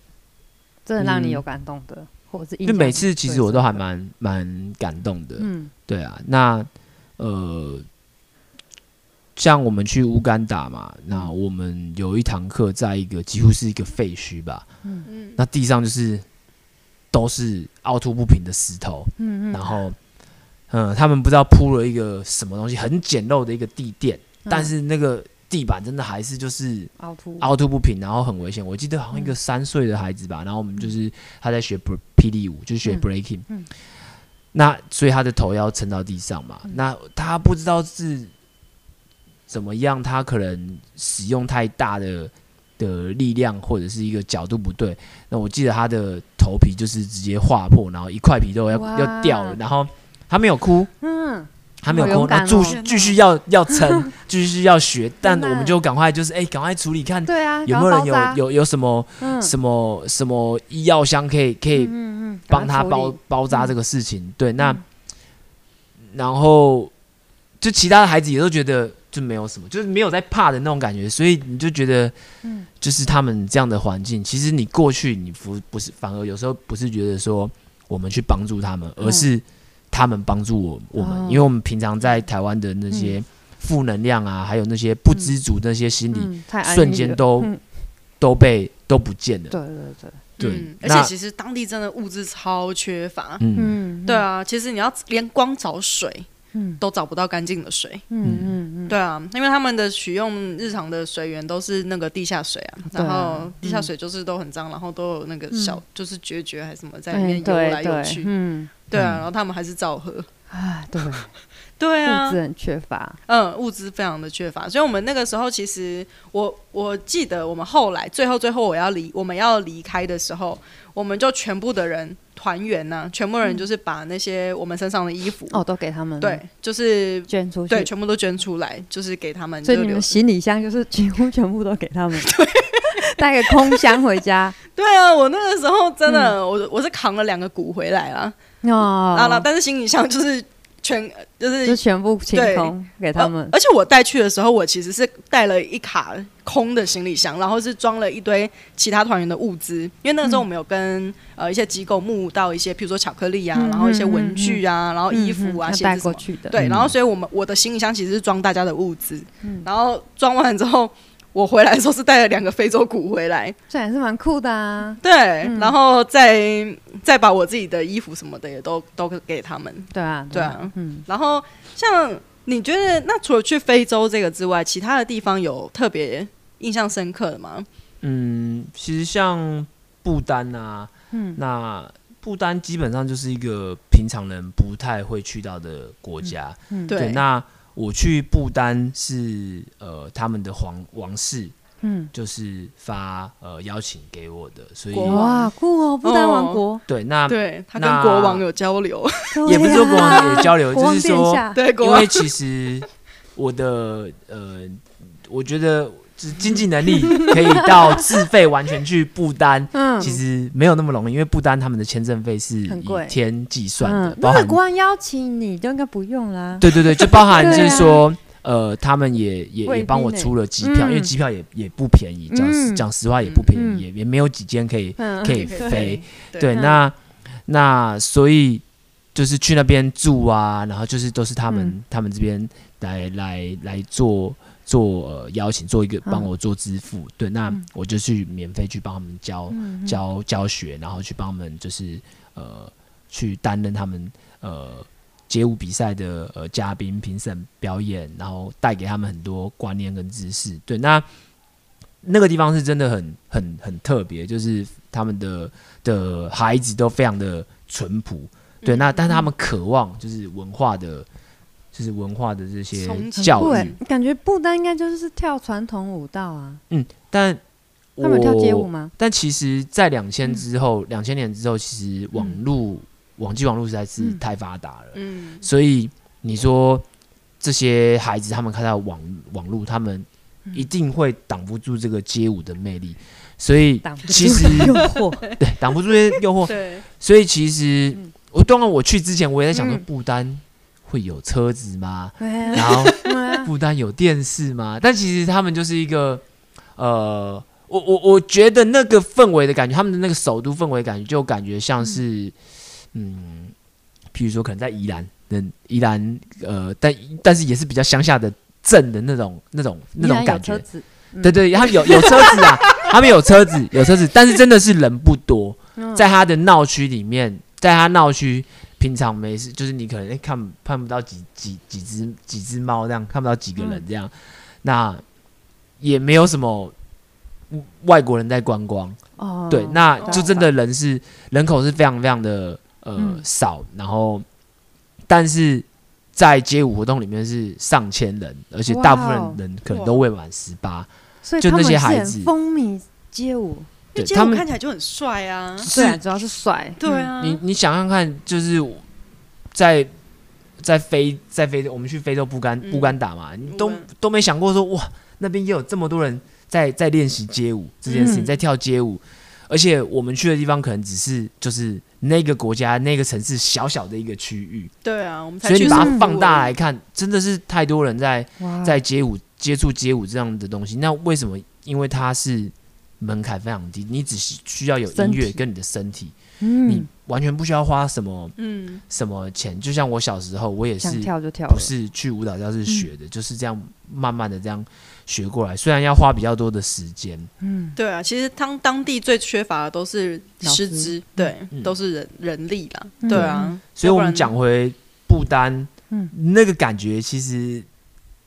真的让你有感动的，或者是印嗯就象每次其实我都还最深刻蛮蛮感动的，嗯对啊，那呃，像我们去乌干达嘛，那我们有一堂课在一个几乎是一个废墟吧，嗯，那地上就是都是凹凸不平的石头，嗯嗯然后嗯、呃他们不知道铺了一个什么东西，很简陋的一个地垫，嗯但是那个地板真的还是就是凹凸凹凸不平，然后很危险。我记得好嗯像一个三岁的孩子吧，然后我们就是他在学 br- 霹雳舞，就是学嗯 breaking，、嗯那所以他的头要撑到地上嘛。那他不知道是怎么样，他可能使用太大的的力量或者是一个角度不对。那我记得他的头皮就是直接划破，然后一块皮都要哇要掉了，然后他没有哭。嗯他没有好哭，勇敢然哦后继天续哪继续要要 <laughs> 撑，继续要学，但天哪我们就赶快就是哎，赶、快处理看对啊，有没有人赶快包扎有有有什么、嗯什么什么医药箱可以可以嗯嗯嗯帮他包、包扎这个事情？对，那、然后就其他的孩子也都觉得就没有什么，就是没有在怕的那种感觉，所以你就觉得，嗯就是他们这样的环境，其实你过去你不不是反而有时候不是觉得说我们去帮助他们，而是他们帮助我我们，嗯哦嗯因为我们平常在台湾的那些负能量啊，还有那些不知足那些心理。嗯太安逸瞬间了都嗯都被都不见了。对对对，对嗯，而那且其实当地真的物资超缺乏。嗯，嗯对啊，其实你要连光找水嗯都找不到干净的水。嗯嗯嗯对啊，因为他们的取用日常的水源都是那个地下水啊，对啊然后地下水就是都很脏，然后都有那个小、就是决绝还是什么在里面嗯游对来游对去。嗯对啊，嗯然后他们还是照喝。啊对，对啊，物资很缺乏，嗯，物资非常的缺乏，所以我们那个时候其实我我记得我们后来最后最后我要离我们要离开的时候，我们就全部的人团圆呐、全部人就是把那些我们身上的衣服，嗯哦，都给他们对，就是捐出去对，，全部都捐出来，就是给他们，所以就你留们行李箱就是几乎全部都给 <laughs> 他们，带个空箱回家。对啊，我那个时候真的，我我是扛了两个鼓回来啦，嗯哦，啊啦，但是行李箱就是全就是就全部清空给他们呃。而且我带去的时候，我其实是带了一卡空的行李箱，然后是装了一堆其他团员的物资，因为那个嗯时候我们有跟、呃一些机构募到一些，譬如说巧克力啊，嗯然后一些文具啊，然后衣服啊、嗯嗯嗯鞋要带子什过么。去的，对，嗯然后所以我们我的行李箱其实是装大家的物资，然后装完之后。我回来的时候是带了两个非洲鼓回来，这还是蛮酷的啊。对，嗯然后再再把我自己的衣服什么的也都都给他们，对啊，对啊啊，嗯，然后像你觉得，那除了去非洲这个之外，其他的地方有特别印象深刻的吗？嗯，其实像不丹啊，嗯那不丹基本上就是一个平常人不太会去到的国家。嗯对，那我去不丹是呃他们的皇王室，嗯，就是发呃邀请给我的，所以国王嗯哇，酷哦，不丹王 <laughs> 国，对那对他跟那国王有交流，对啊也不是说国王也 <laughs> 交流，国就王是殿说下，，对国啊因王为其实我的呃，我觉得就是经济能力可以到自费完全去不丹嗯其实没有那么容易，因为不丹他们的签证费是很以贵天计算的嗯，，包那含个国王邀请你就应该不用啦。 <laughs> 对对对，就包含就是说。呃，他们也也啊贵也帮宾我欸出了机票，嗯因为机票也也不便宜，讲实嗯讲实话也不便嗯宜，也也没有几间可以嗯可以可以飞。对对，嗯那那所以就是去那边住啊，然后就是都是他们、嗯他们这边来来来做做呃邀请，做一个帮嗯我做支付。对，那嗯我就去免费去帮他们教、嗯教教学，然后去帮他们就是呃去担任他们呃街舞比赛的呃嘉宾评审表演，然后带给他们很多观念跟知识。对，那那个地方是真的很很很特别，就是他们的的孩子都非常的淳朴。嗯对，那但是他们渴望就是文化的，就是文化的这些憧憬教对育。，感觉不丹应该就是跳传统舞蹈啊，但他们有跳街我舞吗？但其实，在两千嗯之后，两千、年之后，其实网络、网际网络实在是嗯太发达了，嗯，所以你说这些孩子他们看到网网络，他嗯们一定会挡不住这个街舞的魅力，所以挡不住其实诱 <laughs> 惑，对挡不住这些 <laughs> 诱惑，对，所以其实嗯我当然我去之前我也在想说，嗯不丹会有车子吗？对然啊后 <laughs> 对啊不丹有电视吗？但其实他们就是一个，呃，我我我觉得那个氛围的感觉，他们的那个首都氛围感觉，就感觉像是，嗯，譬如说可能在宜兰，嗯，宜兰，呃，但但是也是比较乡下的镇的那种那种那依然种有感车觉，子，嗯对对，他们有有车子啊，他们有车子有车子，但是真的是人不多，嗯在他的闹区里面，在他闹区平常没事，就是你可能、诶看看不到几几几只几只猫这样，看不到几个人这样，嗯那也没有什么外国人在观光，哦，对，那懂就真的人是人口是非常非常的呃、嗯少，然后但是在街舞活动里面是上千人，而且大部哇哦分人可能都未满十八，所以就他那们是些孩很子风靡街舞，就对街他舞们看起来就很帅啊，对啊，主要是帅，对嗯，啊，你你想想看，就是在在非在非洲，我们去非洲不甘嗯不甘打嘛，你不都甘都没想过说哇，那边也有这么多人在在练习街舞这件事嗯情，在跳街舞，而且我们去的地方可能只是就是那个国家那个城市小小的一个区域，对啊，我们才所以你去宿把它务放大而来已，嗯看，真的是太多人在哇，在街舞接触街舞这样的东西。那为什么？因为它是门槛非常低，你只需需要有身音乐体跟你的身体，你嗯，完全不需要花什么嗯，什么钱。就像我小时候，我也是想跳嗯就跳了，不是去舞蹈教室学的，就是这样慢慢的这样学过来。虽然要花比较多的时间，嗯，对啊，其实当当地最缺乏的都是老师师资，对嗯，都是人人力啦，嗯对啊，所以我要不们然讲回不丹，嗯那个感觉其实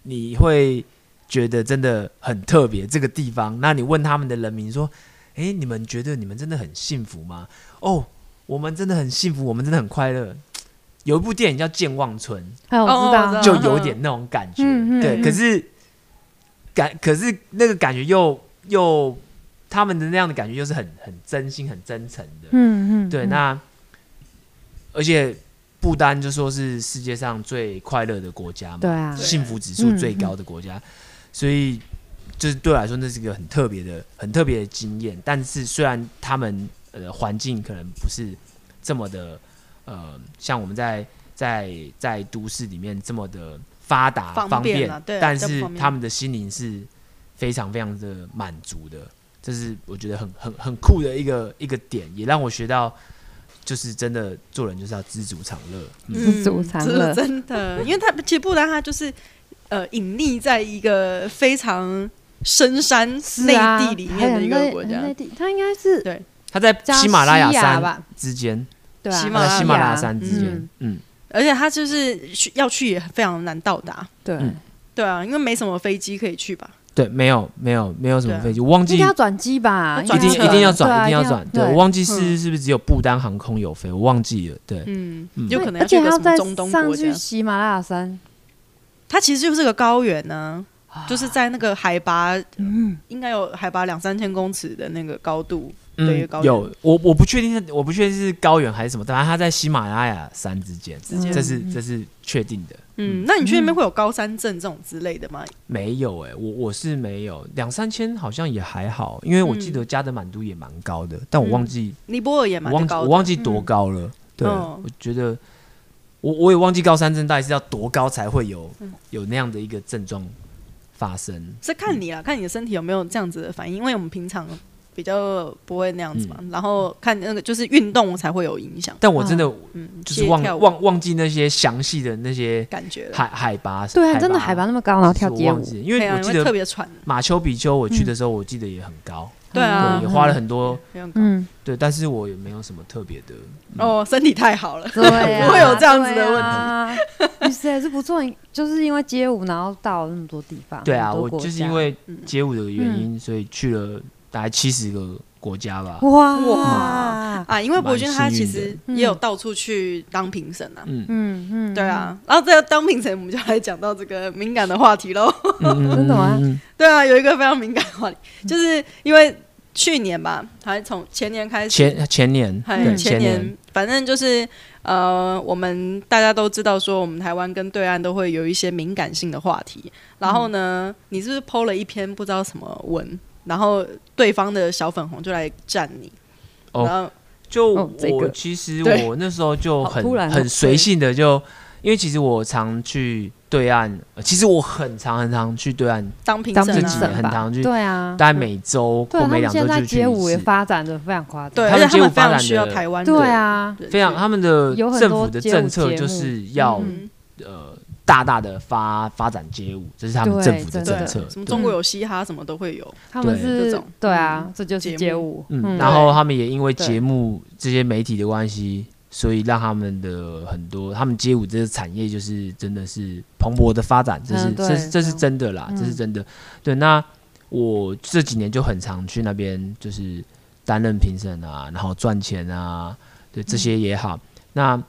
你会觉得真的很特别，这个地方。那你问他们的人民说：“诶，你们觉得你们真的很幸福吗？”哦，我们真的很幸福，我们真的很快乐。有一部电影叫《健忘村》，哎，我哦知我知道，道就有点那种感觉，嗯嗯对。嗯可是感，可是那个感觉又又他们的那样的感觉又是很很真心、很真诚的，嗯嗯，对。嗯那而且不丹就说是世界上最快乐的国家嘛，对啊，幸福指嗯数最高的国家，所以就是对我来说，那是一个很特别的、很特别的经验。但是虽然他们呃环境可能不是这么的呃，像我们在在在都市里面这么的发达方便啊对啊但比较是方便他们的心灵是非常非常的满足的，这是我觉得很很很酷的一个一个点，也让我学到。就是真的做人就是要知足常乐，嗯，知足常乐这是真的，因为他其实不然他就是呃隐匿在一个非常深山是内啊地里面的一很个内国很家，内地，它应该是对他在叫喜马拉雅西山吧，之间，对喜啊，马拉雅喜马拉雅山之嗯间，嗯，而且他就是去要去也非常难到达，对，嗯对啊，因为没什么飞机可以去吧，对，没有没有没有什么对啊飞机，我忘记应该要一转机要吧，应该转定机一定要对啊转，一定要转，对我忘记是嗯是不是只有不丹航空有飞，我忘记了，对，嗯，嗯有可能而要去且一个要什再么中东上国去家，喜马拉雅山，它其实就是个高原呢、啊就是在那个海拔，呃嗯应该有海拔两三千公尺的那个高度，对嗯高，原有我我不确定是我不确定是高原还是什么，反正它在喜马拉雅山之间，之间这是这是确定的，嗯，那你去那边会有高山症这种之类的吗？没有哎，我我是没有两三千好像也还好，因为我记得加德满都也蛮高的，但我忘记尼泊尔也我蛮忘记高我的，忘记多高了，对，嗯我觉得我我也忘记高山症到底是要多高才会有嗯有那样的一个症状发生。是看你啦，看你的身体有没有这样子的反应，因为我们平常比较不会那样子嘛，嗯然后看那个就是运动才会有影响，但我真的嗯，就是街忘、跳舞忘忘记那些详细的那些感觉了，海海拔，对啊，真的海拔那么高，然后跳街我舞忘，记了因对为啊，我因记为特得别喘，马丘比丘我去的时候，我记得也很高，对啊对，也，花了很多，没有搞嗯，对，但是我也没有什么特别的，哦，身体太好 <laughs> 了，对啊，不会有这样子的问问题。你实在是不错，你就是因为街舞，然后到了那么多地方，对啊，很多我国就是家因为嗯街舞的原因，所以去了大概七十个国家吧，哇嗯哇，啊，因为博君他蛮幸其运的实也有到处去当评审啊。嗯，嗯嗯，对啊，然后这个当评审，我们就来讲到这个敏感的话题喽。真的吗嗯？嗯嗯 <laughs> 对啊，有一个非常敏感的话题，嗯就是因为去年吧，还是从前年开始，前前年，还对，前前年，年，反正就是呃，我们大家都知道说，我们台湾跟对岸都会有一些敏感性的话题。然后呢，你是不是剖了一篇不知道什么文，然后对方的小粉红就来站你，哦然后就哦这个我 <laughs> 其实对我那时候就好很突然哦很随性的就，因为其实我常去对岸，呃其实我很常很常去对岸，当评当审评自己啊审很吧常去对啊，大概每周对啊或他们每两周现在就去街舞一也次。发展的非常夸张，对，他而且们他街舞们非发常展需要的台湾对的啊，人非常，他们的有很政多府的街舞政策节就目是要嗯呃大大的发发展街舞，这是他们对政府真的政策。什么对中国有嘻哈什么都会有，他们对这是种对啊嗯，这就是节街目舞，嗯，然后他们也因为对节目这些媒体的关系，所以让他们的很多他们街舞这个产业就是真的是蓬勃的发展，这是、嗯对这是这这是样真的啦，这是真的。对，那我这几年就很常去那边，就是担任评审啊，然后赚钱啊，嗯对这些也好。那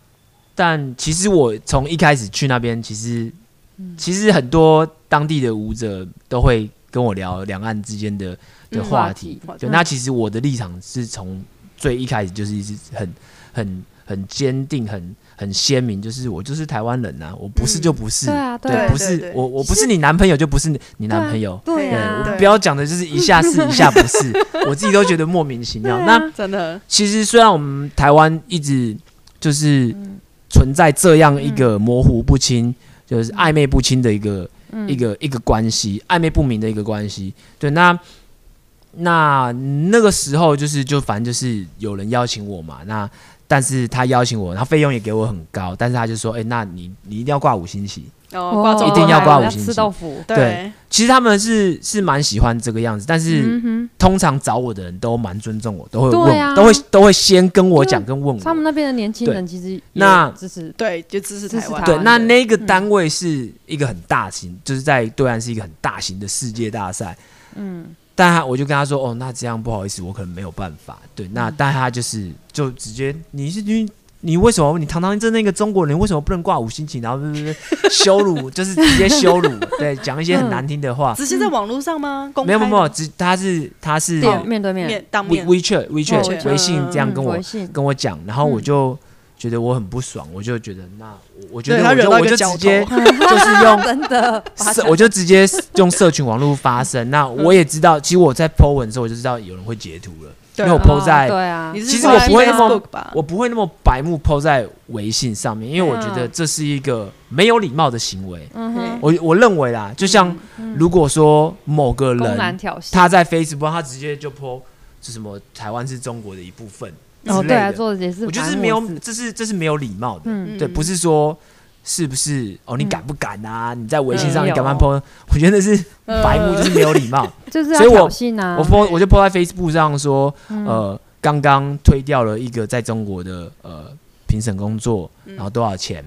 但其实我从一开始去那边，其实嗯其实很多当地的舞者都会跟我聊两岸之间的的嗯话话题题。对，那其实我的立场是从最一开始就是一直很很很坚定、很很鲜明，就是我就是台湾人呐、我不是就不是，对啊，嗯对啊不对是对我我不是你男朋友就不是你你男朋友。对对啊啊我，不要讲的就是一下是，一下不是，我自己都觉得莫 <laughs> 名其妙。对啊那真的其实虽然我们台湾一直就是存在这样一个模糊不清，就是暧昧不清的一个、嗯一个一个关系，暧昧不明的一个关系。对，那那那个时候就是就反正就是有人邀请我嘛，那但是他邀请我，他费用也给我很高，但是他就说，哎、那你你一定要挂五星旗。哦，挂哦钟一定要摆挂我五要星吃级豆腐，对对，其实他们是是蛮喜欢这个样子，但是。嗯通常找我的人都蛮尊重我，都会对问，啊都会都会先跟我对讲跟问哼，我。他们那边的年轻嗯对人其实也那支持，对，就支持支台持湾，台对，湾那的嗯那个单位是一个很大型，就是在对岸是一个很大型的世界大赛。嗯，但他我就跟他说，哦，那这样不好意思，我可能没有办法。对，嗯那但他就是就直接，你是你你为什么你堂堂正正一个中国人，为什么不能挂五星旗？然后不不不羞辱，就是直接羞辱，对，讲一些嗯很难听的话。直接在网络上吗？公没嗯有没开有没有，只他是他是对，面对面，面当 We 面 WeChat WeChat 哦哦微信这样嗯跟我微信，跟我讲，然后我嗯就觉得我很不爽，我就觉得那我我觉对得他我惹就到一我个就角直接头 <laughs> 就是用真的， <laughs> 把社，我就直接用社群网络发声。那我也知道，其实我在 po 文的时候，我就知道有人会截图了，因对为我啊 po 在、对啊你，是其实我不会那么 Facebook 吧？我不会那么白目 po 在微信上面，因为我嗯觉得这是一个没有礼貌的行为。嗯嘿哼，我我认为啦，就像如果说某个公然人挑衅，他在 Facebook 他直接就 po 是什么台湾是中国的一部分之哦类对啊，的，做的也是，我觉得是没有，，这是这是没有礼貌的。嗯，对，嗯不是说是不是哦，你敢不敢啊？你在微信嗯上你敢不敢有 po？我觉得是嗯白目，就是没有礼貌。就是要所以挑我衅啊，我 po 我就 po 在 Facebook 上说，嗯呃，刚刚推掉了一个在中国的呃评审工作，嗯然后多少钱？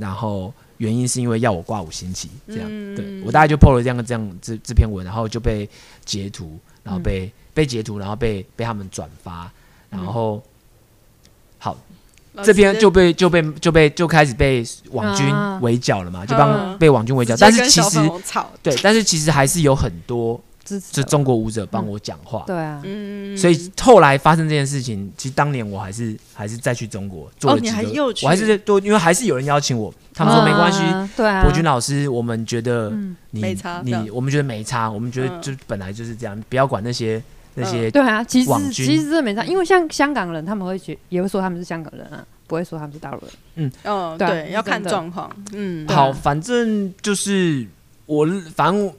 然后原因是因为要我挂五星旗，这样。嗯对我大概就 po 了这样这样这这篇文，然后就被截图，然后被被截图，然后被被他们转发，然嗯后。好，呃哦这篇就被就被就被就开始被网军啊围剿了嘛，就嗯帮被网军围剿。但是其实吵，对，但是其实还是有很多支持就的，中国舞者帮我讲话，对啊，嗯，所以后来发生这件事情，其实当年我还是还是再去中国做哦了几你个，还又去我还是都因为还是有人邀请我，他们说嗯没关系，，对啊，博君老师，我们觉得嗯你没差这样你我们觉得没差，我们觉得嗯就本来就是这样，不要管那些那些对啊，其实网军其实这没差，因为像香港人，他们会觉也会说他们是香港人啊，不会说他们是大陆人。嗯，对啊对，要看真的状况，嗯，对啊好，反正就是我，反正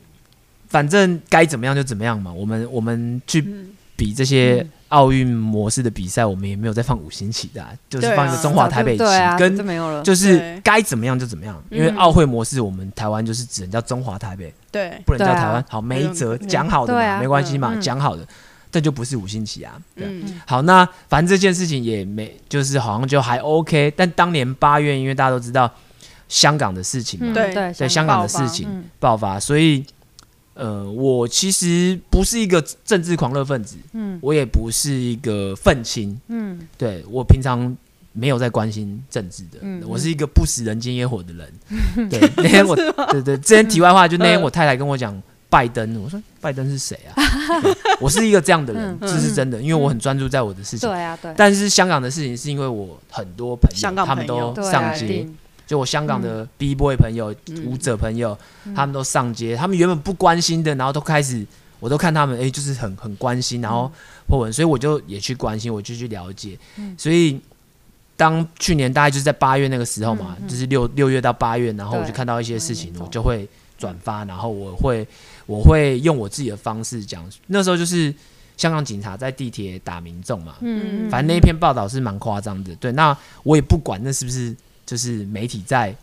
反正该怎么样就怎么样嘛。我们我们去嗯，比这些奥运模式的比赛，我们也没有在放五星旗的啊、就是对啊放一个中华台北旗，对啊，跟就没有了。就是对该怎么样就怎么样。因为嗯奥会模式，我们台湾就是只能叫中华台北，对，不能叫对啊台湾。好，没辙，嗯讲好的对嘛，啊没关系嘛，嗯讲好的，这就不是五星旗啊。对啊。嗯，好，那反正这件事情也没，就是好像就还 OK。但当年八月，因为大家都知道香港的事情嘛，嗯对对，在香港港的事情嗯爆发，所以呃，我其实不是一个政治狂热分子，嗯我也不是一个愤青，嗯对我平常。没有在关心政治的，嗯我是一个不食人间烟火的 <laughs> 人。对，那天我，对对，之前题外话，就嗯那天我太太跟我讲拜登，我说拜登是谁啊？对我是一个这样的人嗯，这是真的，因为我很专注在我的事情对。啊，对，但是香港的事情是因为我很多朋友，香港他们朋友都对啊上一街，定就我香港的 B boy 朋友、嗯舞者朋友，他们都上街，他们原本不关心的，然后都开始，我都看他们，哎、就是很很关心，然嗯后破文，所以我就也去关心，我就去了解，所以。当去年大概就是在八月那个时候嘛，嗯就是六六月到八月，然后我对就看到一些事情嗯，我懂就会转发，然后我会我会用我自己的方式讲。那时候就是香港警察在地铁打民众嘛，嗯，嗯反正那一篇报道是蛮夸张的。对，那我也不管那是不是就是媒体在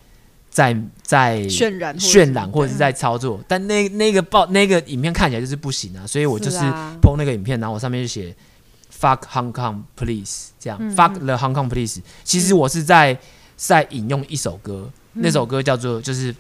在在渲染或者哎渲染或者是在操作，但那那个报那个影片看起来就是不行啊，所以我就是啊 PO 那个影片，然后我上面就写 “fuck Hong Kong please” 这样、嗯 “fuck the Hong Kong please”。其实我是在在引用一首歌，嗯那首歌叫做就是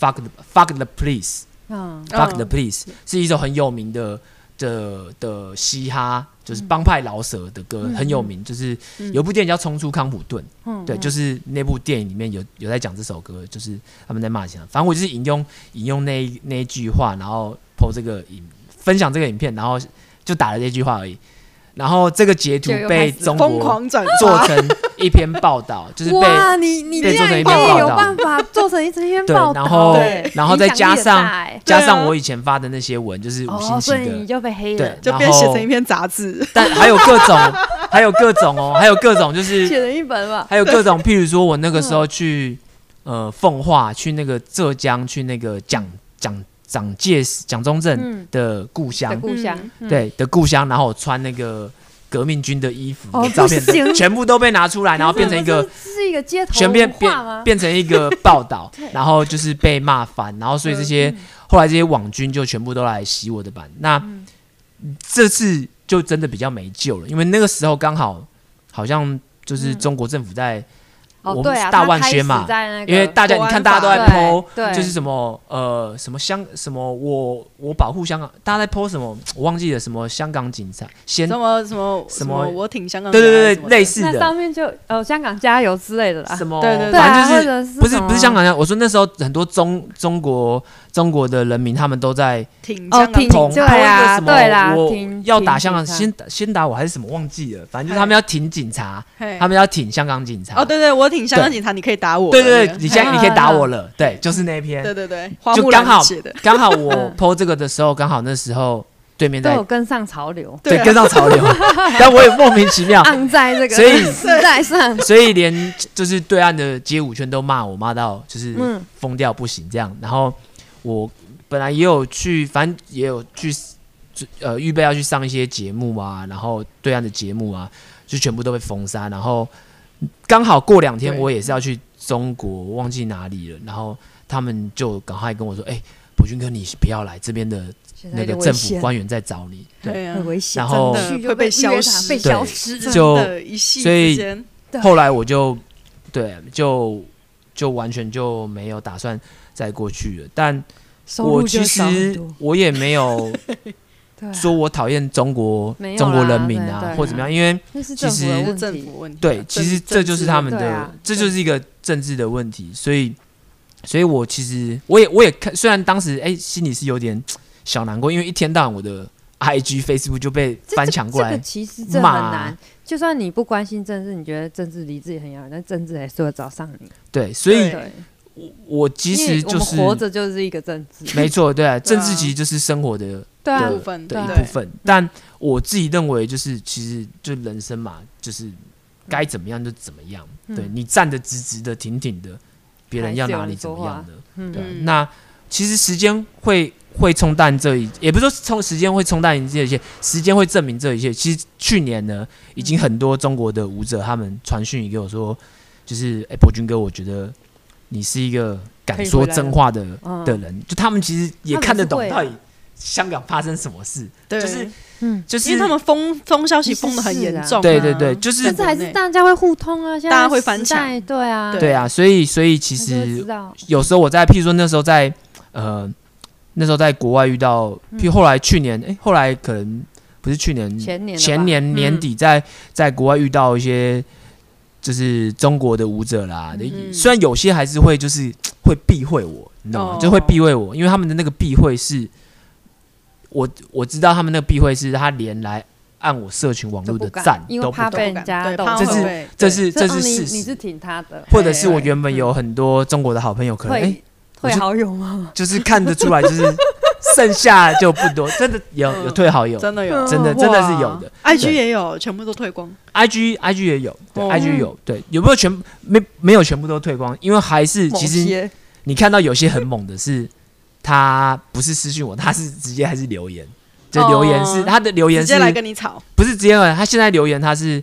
“fuck the, fuck the please”。嗯 Fuck the 嗯 Police 是一首很有名的的的嘻哈，就是帮派老舍的歌，很有名。就是有部电影叫《冲出康普顿》，嗯，对，嗯就是那部电影里面有有在讲这首歌，就是他们在骂谁啊。反正我就是引用引用那一那一句话，然后 PO 这个影分享这个影片，然后就打了这句话而已。然后这个截图就又开被始了中疯国狂转做发，成一篇报道，就是被哇，你你被竟做成然一篇你报也有道办法做成一篇 <laughs> 对报道，然后哎然后再影响力加很上大哎加对啊上我以前发的那些文，就是五星哦，级所的。以你就被黑对了，， <laughs> 就然变写后成一篇杂志，但还有各种，还有各种哦，还有各种就是，写了一本吧，还有各种，譬如说我那个时候去呃奉化，去那个浙江，去那个蒋蒋蒋介石蒋中正嗯，的故乡，的故乡，嗯，对的故乡，然后我穿那个革命军的衣服，哦的照片不行全部都被拿出来，然后变成一个这是一个街头全变文变化吗？变成一 <laughs> 个报道对，嗯然后就是被骂翻，然后所以这些、后来这些网军就全部都来洗我的版。那、嗯这次就真的比较没救了，因为那个时候刚好好像就是中国政府在，哦，我对啊，大他万开宣始嘛在嗯那个因为大家国你安看大家都在法 PO，对对就是什么呃什么香什么我我保护香港，大家在 PO 什么我忘记了什么香港警察先什么什么什什么么，我挺香港对人啊，什对对对么的类似那的上面就呃香港加油之类的啦，什么对对对对啊，反正就是或。者是不是什么不是香港人，我说那时候很多中中国中国的人民，他们都在挺哦香港挺人同对同一个啦什么对啦我挺要打挺香港，警察先打先打我还是什么忘记了，反正就是他们要挺警察，嘿他们要挺香港警察。哦，对对，我挺香港对警察，你可以打我的对那个，对对，你现在嗯你可以打嗯我了，对，就是那一篇对，对对，花就木刚好兰写的，刚好我嗯 PO 这个的时候，刚好那时候对面都在有跟上潮流，对对啊跟上潮流， <laughs> 但我也莫名其妙，按在这个啊所以 <laughs> 时代上，所以连就是对岸的街舞圈都骂我，骂到就是嗯疯掉不行这样。然后我本来也有去，反正也有去呃预备要去上一些节目啊，然后对岸的节目啊，就全部都被封杀。然后刚好过两天对我也是要去中国，我忘记哪里了，然后他们就赶快跟我说：“哎、博君哥，你不要来这边的现在 <laughs> 那有个点政危府险，官员在找你。”对，对啊很，危险，然后真的真的就会被消约失谈被对消失，真就的一夕所以之间，对后来我就对就就完全就没有打算再过去了。但收我入其就少很实多，我也没有对啊，说我讨厌中国 <laughs> 没有啦中国人民对对啊啊或怎么样，因为那是其政府的实问政题，府问题啊，对，其实政这就是他们对的啊，这就是一个政治的问题。所以，所以我其实我也我也看，虽然当时哎心里是有点小难过，因为一天到晚我的 IG、Facebook 就被这翻这墙过这来个，其实这很骂啊难。就算你不关心政治，你觉得政治离自己很遥远，但政治还是会找上你。对，所以对对，我我其因为实就我是们活着就是一个政治，没错，<laughs> 对对啊，啊政治其实就是生活的对啊的，部分的对一啊嗯部分。但我自己认为，就是其实就人生嘛，就是该怎么样就怎么样。对你站得直直的、挺挺的，别人要拿你怎么样的？嗯对啊、嗯那其实时间会会冲淡这一，也不是说冲时间会冲淡这一切，时间会证明这一切。其实去年呢，已嗯经很多中国的舞者他们传讯给我说，就是哎，博、君哥，我觉得你是一个敢说真话的嗯的人，就他们其实也看得他懂们是会啊到底香港发生什么事，对，就是嗯，就是因为他们封封消息封的很严重、啊对对对，，就啊但是是还是大家会互通啊，现在大家会时翻代对啊，对对啊，所以所以其大家就会实知道，有时候我在，譬如说那时候在呃那时候在国外遇到，譬如后来去年，哎、后来可能不是去年，嗯前年了吧嗯嗯前年年底在、在国外遇到一些就是中国的舞者啦，嗯虽然有些还是会就是会避讳我，你懂吗？哦就会避讳我，因为他们的那个避讳是。我我知道他们那个避讳是，他连来按我社群网就络不的敢赞因为都不怕敢，被人家对斗怕这会是被这对是所以这哦是你事你实是。挺他的， <laughs> 或者是我对嗯原本有很多中国的好朋友，可能哎、会我会是好友吗？就是看得出来，就是剩下就不多， <laughs> 真的有有退好友，嗯真的有嗯真的真的是有的。 ，IG 对也有，全部都退光， I G I G 也有，对哦 I G 有，对有没有全没没有全部都退光？因为还是其某实些你看到有些很猛的是，他不是私信我，他是直接还是留言，就留言是哦他的留言直是接来跟你吵不是直接来他现在留言他是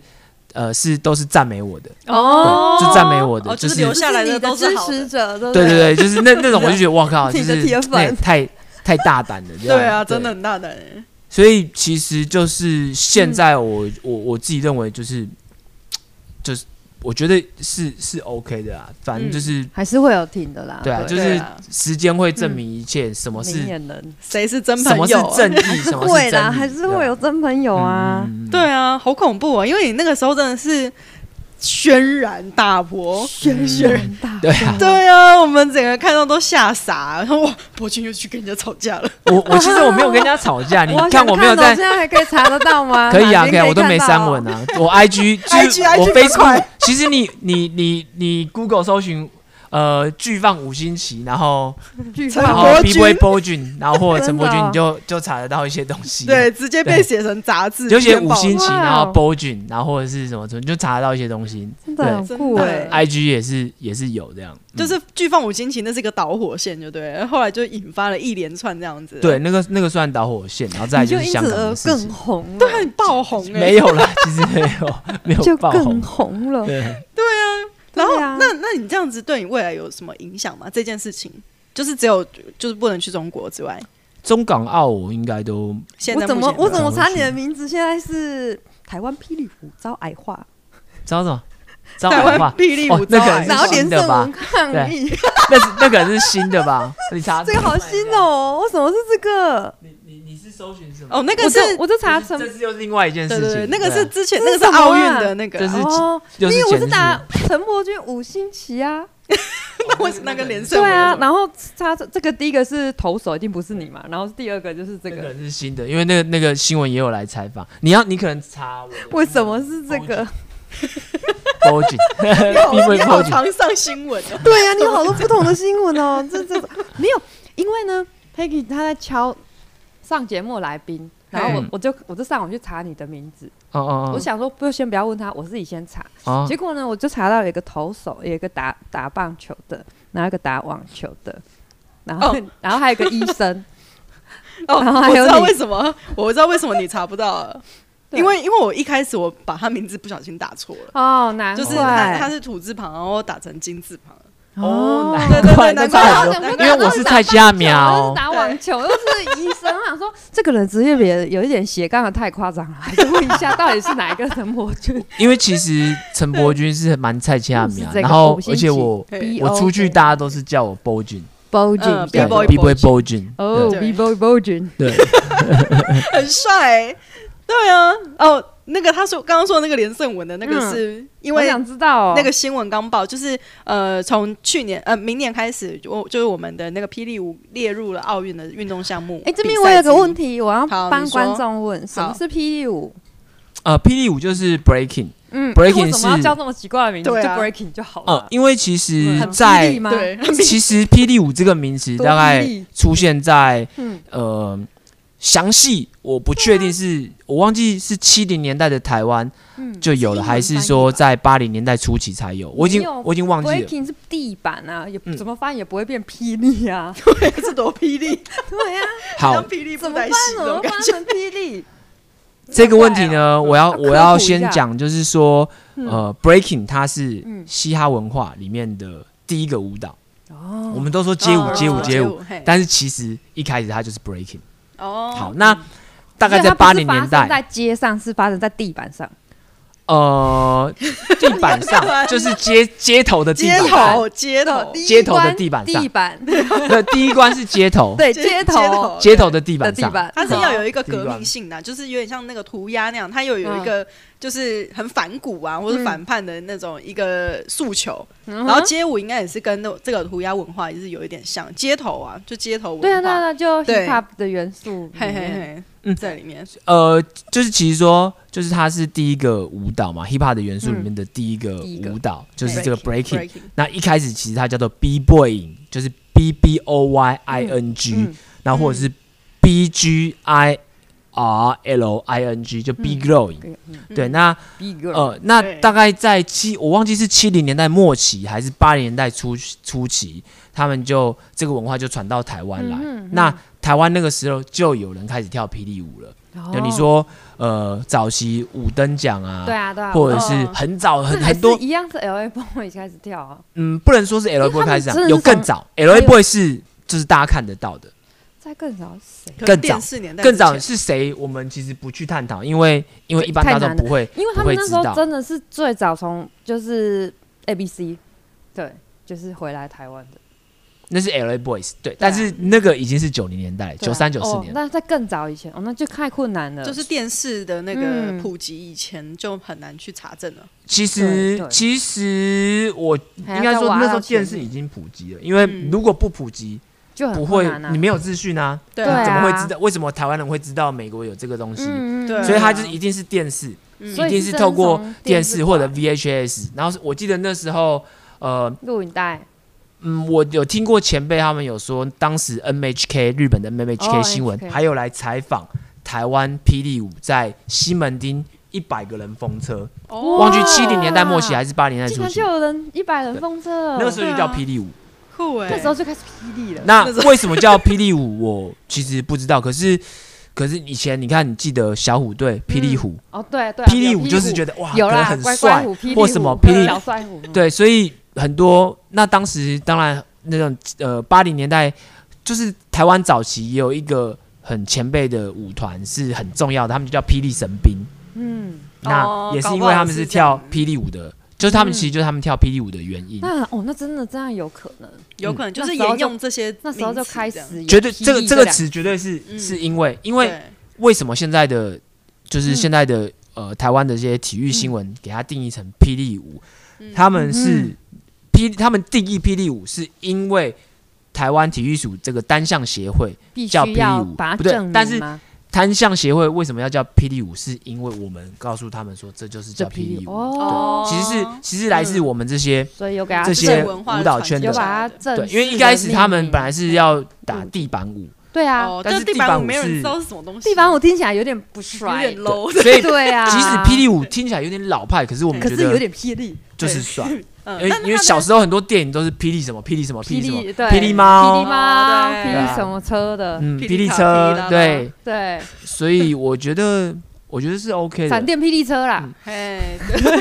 呃是都是赞美我的，哦是赞美我的哦就是是留下来就是你都是支好持的，者，对不啊对对对，就是 <laughs> 那那种我就觉得哇靠，就你的是铁粉那也太太大胆了，这样对啊，真的很大胆欸，所以其实就是嗯现在我、我我自己认为就是，就是我觉得是是 OK 的啊，反正就是、还是会有挺的啦，对啊，就对是啊时间会证明一切，什么嗯明是眼人谁是真什朋么是友啊？正义，什么会真啦，理，还是会有真朋友对吧啊，嗯嗯嗯对啊，好恐怖啊！因为你那个时候真的是轩然大波，轩轩然。很大对啊，对啊，我们整个看到都吓傻，然后哇，柏君又去跟人家吵架了。我我其实我没有跟人家吵 <laughs> 架，你我好看想我没有哦在现。在还可以查得到吗？ <laughs> 可以啊，哪边可以啊，我都没看删到文啊，我 IG 就 IG 是我 IG 比较 Facebook，快其实你你你你 Google 搜寻呃巨放五星旗，然后巨陈放然柏后君 B Boy 波俊，然后或者陈柏真的君，哦你就就查得到一些东西。对，，直接被对写成杂志，就写直接五爆星旗，哇哦然后波俊，然后或者是什么，你就查得到一些东西。真的很对酷真哎的。 I G 也是也是有这样，嗯就是巨放五星旗，那是一个导火线，就对了。后来就引发了一连串这样子，对，那个那个算导火线，然后再来你就就是因香港此而的事更情，红对了，啊，很爆红哎、没有啦，其实没有没有就爆更红，红了。啊对，然后、对啊那那你这样子对你未来有什么影响吗？这件事情就是只有就是不能去中国之外，中港澳我应该都现在我怎么目前我怎么的查你的名字？现在是台湾霹雳虎遭矮化，招什么招台矮湾化，霹雳舞哦哦那个招来是然后的连新的胜吧文抗议，那是那个是新的吧？你查 <laughs> 这个好新，哦！为什么是这个？你你你是搜寻什么？哦，那我个是就我就查成这是又是另外一件对事对对，，情那个是对啊之前这那是个是奥什么啊运的那个这啊，是哦，又因为我前是日打陈柏君五星旗啊，我是那个连胜对文啊，的然后他这个第一个是投手，一定不是你嘛，然后第二个就是这那个个，是新的，因为那个那个新闻也有来采访。你要你可能查我的为什么是这个？波景，你因好为你好波景，常上新闻哦，对呀、你有好多不同的新闻哦，这这没有，因为呢，Peggy 她在敲上节目来宾，然后我嗯我就我就上网去查你的名字，哦哦，我想说不先不要问他，我自己先查，哦想结果呢，我就查到有一个投手，有一个打打棒球的，然后一个打网球的，然后、然后还有一个医 <laughs> 生， <laughs> 哦然后还我有知道你为什么，我知道为什么你查不到了，对因为因为我一开始我把他名字不小心打错了。哦，难怪就是他，他是土字旁，然后我打成金字旁。哦，哦。难怪对对对那差难怪很多，因为我是蔡佳又苗是，打网球，又是医生，我想说这个人职业别有一点斜杠的啊太夸张 <laughs> 了，还是问一下到底是哪一个人我觉得因为其实陈柏君是蛮蔡佳苗是，这个然后五星而且我对哦我出去大家都是叫我波君， Bojin 嗯对 B-boy 不会 Bojin 波君，哦对，B boy Bojin 对， <laughs> 很帅、欸。对啊，哦，那个他说刚刚说的那个连胜文的那个嗯是因我为想知道哦那个新闻刚报，就是呃，从去年呃明年开始，我就是我们的那个霹雳舞列入了奥运的运动项目。哎，这边我有个问，题，我要好你帮说观众问，什么是霹雳舞？呃，霹雳舞就是 breaking，嗯 Breaking 为什么要是叫这么奇怪的名字？对就啊 breaking 就好呃了，。因为其实很霹雳在吗？对， <laughs> <laughs> 其实霹雳舞这个名词多大概霹雳出现在嗯呃，详细我不确定是，我忘记是七零年代的台湾，就有嗯是英了，文还是翻译说吧在八零年代初期才有？我已经没有我已经忘记了。 breaking 是地板啊，也嗯怎么翻也不会变霹雳啊。是多霹雳，对呀，好像，霹雳布怎么袋翻戏怎那种么感翻觉。成霹雳？这个问题呢，我啊要呃科普我要一下先讲，就是说，嗯呃，breaking 它是嗯嘻哈文化里面的第一个舞蹈。哦，我们都说街舞哦街舞街舞，，嘿但是其实一开始它就是 breaking。哦，好，那 <laughs> 大概在八零年嗯所以它不是发生在代，街上是发生在地板上，呃，地板你要干嘛 <laughs> 上就是街街头的地街板上头，街头，第一哦街头的关地板上 <laughs> 地板对，第一关是街头，对街街街头头街头的地的板地上，板，它是要有一个地革段命性的啊、就是有点像那个涂鸦那样，它又有一个就是很反骨啊，或者嗯反叛的那种一个诉求。嗯，然然后街舞应该也是跟那这个涂鸦文化也是有一点像，街头啊，就街头文化，对啊对啊，对啊就对 hip hop 的元素里嘿嘿面，嘿，嗯在里面呃，就是其实说，就是它是第一个舞蹈嘛，hip hop 的元素里面的第一个嗯第一个舞蹈，就是这个 breaking。 breaking 那一开始其实它叫做 b boying，就是 b b o y i n g，、嗯然后或者是 b g i r l i n g，就嗯 b glowing、对，那，big girl，呃，那对大概在七，我忘记是七零年代末期还是八零年代初初期，他们就这个文化就传到台湾来。嗯哼嗯那台湾那个时候就有人开始跳霹雳舞了。哦就你说，呃，早期五等奖啊，对啊对啊，或我者是嗯很早很这还很是多，一样是 L A boy 开始跳啊，嗯，不能说是 L 因 A 为 boy 他们开始啊真的，是有更从早有，L A boy 是就是大家看得到的，再更早谁？可能更早电视年代更早之前是谁，我们其实不去探讨，因为因为一般大太众难了不会，因为他不们会那知时候道真的是最早从就是 A B C，对，就是回来台湾的，那是 L A boys 对，但是那个已经是九零年代，啊对啊九三九四哦年，那在更早以前，哦，那就太困难呃了，就是电视的那个嗯普及，以前就很难去查证了。其实对对其实我还应要该再说挖那时到候电全视部已经普及了，因为嗯如果不普及，就很不会困难啊，你没有资讯啊，对啊怎啊，么会知道？为什么台湾人会知道美国有这个东西？嗯，嗯对嗯所以它啊就是一定是电视，嗯一所以定是是真透过从电电视视或者过 VHS。然后我记得那时候，呃，录影带，嗯，我有听过前辈他们有说，当时 NHK 日本的 NHK 哦新闻、 NHK 还有来采访台湾霹雳舞在西门町一百个人风车，嗯哦忘记七零年代末期还是八零年代竟初然期就，有人一百人风车了，那个时候就叫啊霹 <laughs> 雳舞。酷哎、那时候就开始霹雳了，那那时为什么叫霹雳舞？我其实不知道，可是。可是以前你看，你记得小虎队、霹雳虎、哦对对啊，霹雳舞就是觉得得哇，有可能啦，很乖帅乖，虎霹雳或什么舞霹雳小帅虎，对，所以很多那当时当然那种呃八零年代，就是台湾早期也有一个很前辈的舞团是很重要的，他们就叫霹雳神兵。嗯，那哦也是搞因不为好他们是是这跳样霹雳舞的，就是他们嗯其实就是他们跳霹雳舞的原因。那哦那真的这样有可能，有可能就嗯那是时候沿就用这些，那时候就开始有绝对，霹雳这个这这个两词绝对是嗯是因为，因对为为什么现在的就是嗯现在的呃台湾的这些体育新闻给它定义成霹雳舞，他们是嗯霹，他们定义霹雳舞是因为台湾体育署这个单项协会，必须叫霹雳要舞把它不对证明但是吗单项协会为什么要叫霹雳舞？是因为我们告诉他们说这就是叫这霹雳舞。哦，其实是其实来自我们这些，所以有给他这这些个文化舞蹈圈的有的传把它承下来正对，式因为一地开始他们命本来是要打地板舞，对啊，哦，但就是地地板板舞舞没有人是知道是什么东西，地板舞听起来有点不有帅，点 low 的，所以对啊，哎即使霹雳舞听起来有点老派，可是我们可觉是有得点霹雳，就是帅，嗯因为但因为它的小时候很多电影都是霹雳什么霹雳什么霹雳什么雳对，霹雳猫霹雳猫，对霹对雳啊什么车的，嗯霹霹雳雳卡霹雳车拉拉对，对，所以我觉得 <laughs> 我觉得是 OK 的闪。电霹雳车啦。嘿， <laughs> 对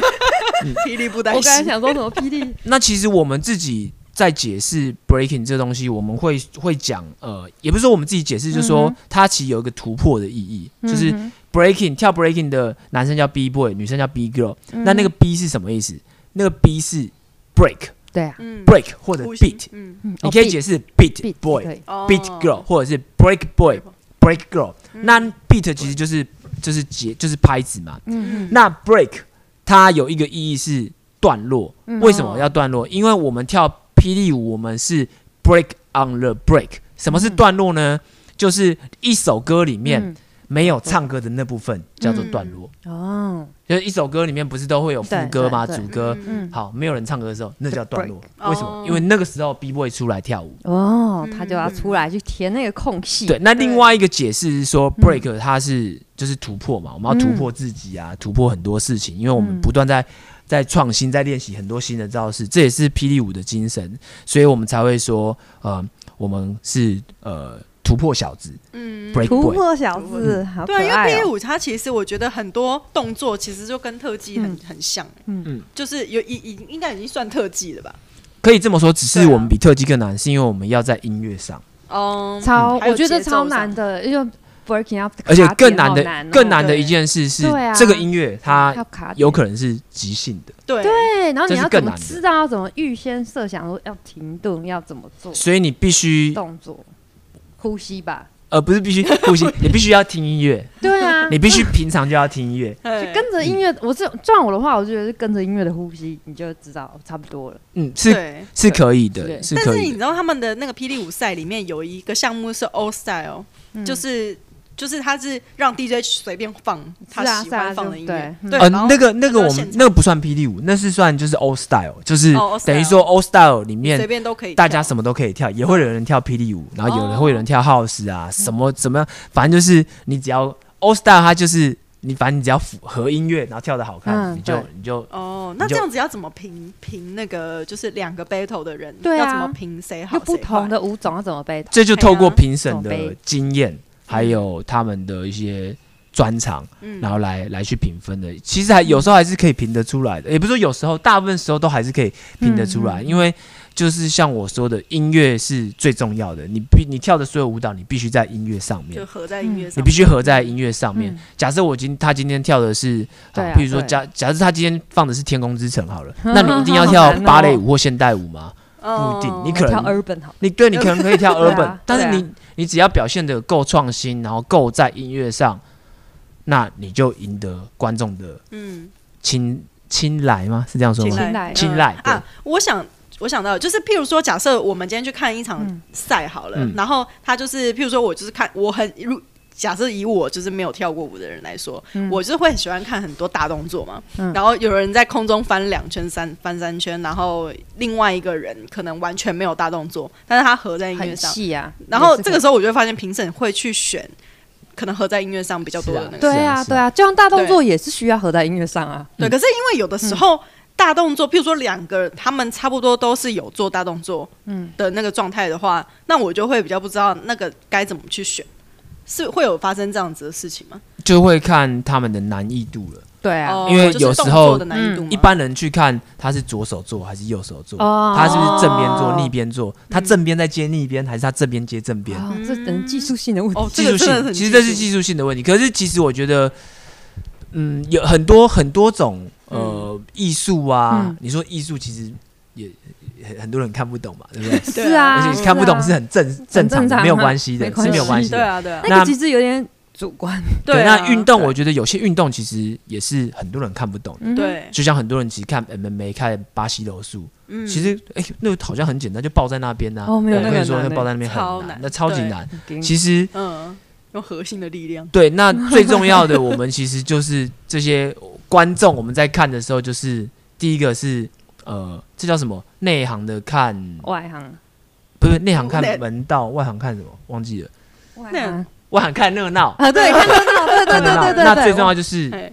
嗯 <laughs> 霹雳布袋我刚才戏，想说什么 <laughs> 霹雳，嗯那其实我们自己在解释 breaking 这东西，我们会会讲，呃，也不是说我们自己解释，就是说嗯哼它其实有一个突破的意义，就是嗯 breaking 跳 breaking 的男生叫 b boy，女生叫 b girl，、哼那那个嗯 b 是什么意思？那个 b 是 break 对啊，嗯 break 或者呼吸 beat，嗯，嗯你哦可以 beat- 解释 beat beat boy、可以 beat 哦 girl 或者是 break boy break girl，、嗯那 beat 其实就是就是节就是拍子嘛，嗯那 break 它有一个意义是段落，嗯为什么要段落？因为我们跳霹雳舞，我们是 break on the break。什么是段落呢？就是一首歌里面、嗯没有唱歌的那部分叫做段落，哦，就是一首歌里面不是都会有副歌吗？对对主对歌。嗯，好，没有人唱歌的时候，那叫段落。 break 为什么哦？因为那个时候 B boy 出来跳舞。嗯哦，他就要出来去填那个空隙，对，，那对另外一个解释是说，break 它是就是突破嘛，我们要突破自己啊，突破很多事情，因为我们嗯不断在在创新，在练习很多新的招式，这也是霹雳舞的精神，所以我们才会说，呃，我们是呃突破小子嗯， break 突 boy，嗯破小字，好可对啊，因为爱霹雳哦，舞它其实我觉得很多动作其实就跟特技很、很像、嗯嗯嗯，就是有已已应该已经算特技了吧？可以这么说，只是对啊我们比特技更难，是因为我们要在音乐上，哦、超，还有我觉得节奏超上难的，因为 breaking up，嗯而且更难难的、难哦更难的一对件事是，对啊这个音乐它要卡点有可能是即兴的。对对，然后你这是要更怎么难的知道要怎么预先设想说要停顿，要怎么做所以你必须，动作，呼吸吧，呃，不是必须呼吸，你必须要听音乐，对 <laughs> 啊，你必须平常就要听音乐。对就跟着音乐，我这转我的话，我就觉得是跟着音乐的呼吸，你就知道差不多了。嗯，是对。是可以对的，是但可是你以知的。道他们的那个霹雳舞赛里面有一个项目是 All Style，、就是嗯就是他是让 DJ 随便放他是啊喜是欢啊放就的音对乐，嗯对，呃，然后那个那个到我现们场那个不算霹雳舞，那是算就是 old style，就是哦，old 等于说 old style 里面随便都可以跳，哦大家什么都可以跳，也会有人跳霹雳舞，然后有人会有人跳 house 啊，什么怎么样，反正就是你只要 all star，它就是你，反正你只要符合音乐，然后跳的好看，嗯你就对你就哦，那你就这样子要怎么评评那个就是两个 battle 的人？对啊要怎么评谁好？就不谁坏同的舞种要怎么被这就透过评审哎呀的总经验，还嗯有他们的一些专长，嗯然后来来去评分的。其实还有时候还是可以评得出来的，也不是说有时候，大部分时候都还是可以评得出来，嗯嗯因为就是像我说的，音乐是最重要的。你必你跳的所有舞蹈，你必须在音乐上面嗯就。合在音乐上，你必须合在音乐上面。嗯假设我今他今天跳的是，对啊比如说对假假设他今天放的是《天空之城》好了， <laughs> 那你一定要跳好难哦芭蕾舞或现代舞吗？哦不一定你可跳能 urban 好？你对你可能可以跳 <laughs> 对啊 urban，、但是对啊你、你只要表现的够创新，然后够在音乐上，那你就赢得观众的嗯，青青睐吗？是这样说青吗？睐睐青嗯睐啊！我想，我想到就是，譬如说，假设我们今天去看一场嗯赛好了，嗯然后他就是，譬如说我就是看，我很如假设以我就是没有跳过舞的人来说，嗯我就是会很喜欢看很多大动作嘛。嗯然后有人在空中翻两圈、三翻三圈，然后另外一个人可能完全没有大动作，但是他合在音乐很上，细啊。然后也是这可以个时候我就会发现评审会去选可能合在音乐上比较多的那个。是啊对啊是啊对啊，就像大动作也是需要合在音乐上啊。对，可是因为有的时嗯候大动作，譬如说两个他们差不多都是有做大动作，嗯的那个状态的话，那我就会比较不知道那个该怎么去选，是会有发生这样子的事情吗？就会看他们的难易度了。对啊，哦因为就是有时动候作的难易度嗯吗一般人去看他是左手做还是右手做，哦他是不是正边做、哦逆边做，他正边在接逆边，还是他正边接正边？哦这等技术性的问题。哦，这技个术真的很性，其实这是技术技术性的问题。可是其实我觉得，嗯，有很多很多种呃艺术啊，嗯你说艺术其实也也很很多人看不懂嘛，对不对？对是啊，而且看不懂是很正正常正的，常没有啊关系的没，关是没有系关系对的。啊，对啊，那个其实有点主观。对啊那运动我觉得有些运动其实也是很多人看不懂的。嗯，对，就像很多人其实看 MMA 看巴西柔术，嗯，其实哎、那个好像很简单，就抱在那边呐、哦没有我那跟个你说，很那难嗯抱在那边超很难难，那超级对难。实其实嗯，用核心的力量，对，那最重要的，我们其实就是这些观众，我们在看的时候，就是第一个是呃，这叫什么？内行的看，外行，不是内行看内门道，外行看什么？忘记了，外那行外行看热闹。啊，对，看得到， <laughs> 对对看热对闹对对。 <laughs> 那对最重要就是哎，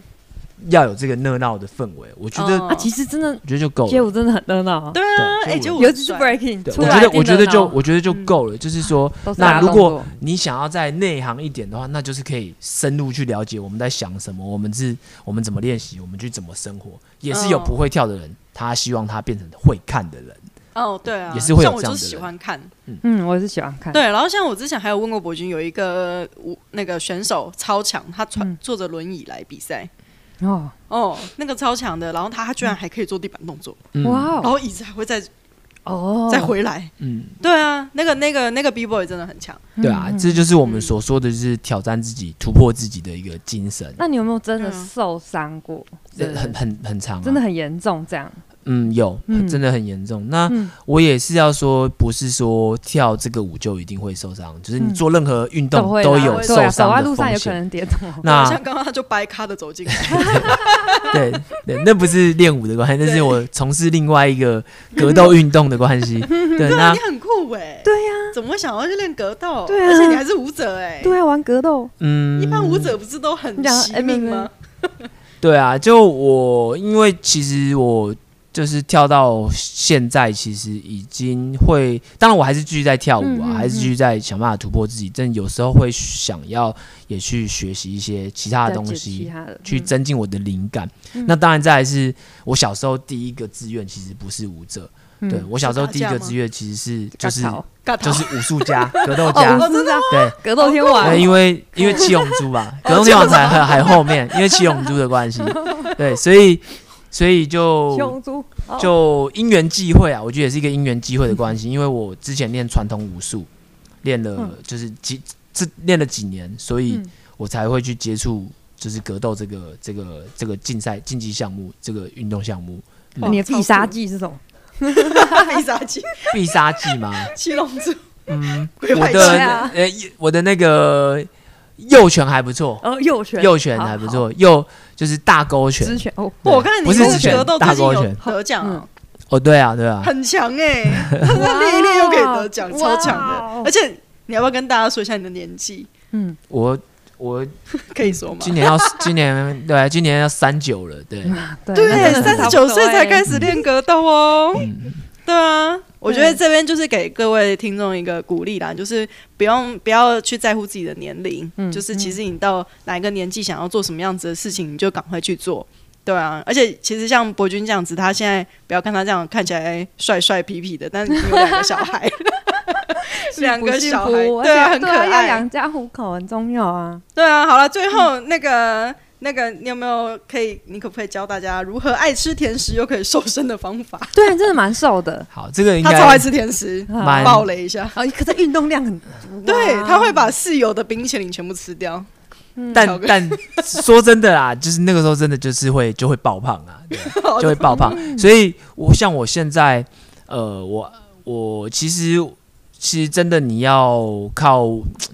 要有这个热闹的氛围，我觉得，哦啊，其实真的我觉得就够街舞了。真的很热闹啊，对啊，对哎，就结我果尤其是帅 breaking 对，出我来觉一定热闹，得，我觉得就，我觉得嗯就够了。就是说，都是那大如动果作你想要在内行一点的话，那就是可以深入去了解我们在想什么，我们是我们怎么练习，我们去怎么生活，也是有嗯不会跳的人，他希望他变成会看的人。哦，对啊，也是会有像我这就样是的喜人欢看，嗯，我也是喜欢看，对，然后像我之前还有问过博君，有一个舞那个选手超强，他穿、嗯坐着轮椅来比赛，哦，哦，那个超强的，然后他他居然还可以做地板动作，嗯哇然哦，后椅子还会再哦，再回来，嗯，对啊，那个那个那个 B boy 真的很强，嗯对啊，嗯这就是我们所说的，就是挑战自己、突破自己的一个精神，那你有没有真的嗯受伤过？这很很很长、啊，真的很严重这样？嗯，有，嗯真的很严重。那嗯我也是要说，不是说跳这个舞就一定会受伤，就是你嗯做任何运都动会都啦有会受对啊走在伤的路上风有可险。能跌倒。那像刚刚他就掰咖的走进来， <laughs> 对对，那不是练舞的关系，那是我从事另外一个格斗运动的关 <laughs> 系。对，那你很酷哎、对呀、怎么会想要去练格斗？对啊而且你还是舞者哎、对啊，玩格斗，嗯，一般舞者不是都很你讲惜命吗？对啊，就我因为其实我就是跳到现在，其实已经会，当然我还是继续在跳舞啊，嗯嗯嗯还是继续在想办法突破自己，但有时候会想要也去学习一些其他的了东解其西。他的去嗯增进我的灵感。嗯那当然，再来是我小时候第一个志愿其实不是舞者，嗯对我小时候第一是打个架吗志愿其实是高就是潮嘎头就是武术家、格斗家。哎哦，真的对，格斗天王对，，因为因为七龙珠吧，哦格斗天王才还还后面，因为七龙珠的关系，对，所以所以就熊猪哦就因缘际会啊，我觉得也是一个因缘际会的关系，因为我之前练传统武术，练了嗯就是几这练了几年，所以嗯我才会去接触就是格斗这个这个这个竞赛竞技项目这个运动项目，那你的必杀技是什么？ <laughs> 必杀技、必杀技吗？七龙珠、嗯，鬼我派 <laughs> 的对拳，啊呃我的那个右拳还不错，哦，右拳，右拳好还不，错，右就是大勾好拳直。拳哦，对我看你不是那个直拳格斗大最近勾有拳。得奖哦、哦，对啊，对 <laughs> 啊，很强哎、他在练一练又可以得奖，哇超强哦哇哦的。而且你要不要跟大家说一下你的年纪？嗯，我我可以说吗？今 <laughs> 年要今年对啊，今年要三九了，对，嗯对对那真，的三十差不九多岁才欸开始练格斗哦。嗯，对啊，我觉得这边就是给各位听众一个鼓励啦，就是不用不要去在乎自己的年龄，嗯就是其实你到哪一个年纪想要做什么样子的事情，你就赶快去做。对啊，而且其实像博君这样子，他现在不要看他这样看起来帅帅痞痞的，但是你有两个小 <laughs> 孩， <laughs> 两个幸小孩，福，对啊，很而且可对啊要爱。养家糊口很重要啊。对啊，好了，最后那个那个，你有没有可以，你可不可以教大家如何爱吃甜食又可以瘦身的方法？对，啊真的蛮瘦的，好，这个应他超爱该吃甜食，蛮爆雷一下。 <laughs> 哦，可是运动量很，对，哇他会把室友的冰淇淋全部吃掉。巧但克力但说真的啦，就是那个时候真的就是会就会爆胖啊，对 <laughs> 啊哦就会爆胖，嗯所以我像我现在，呃，我我其实其实真的你要靠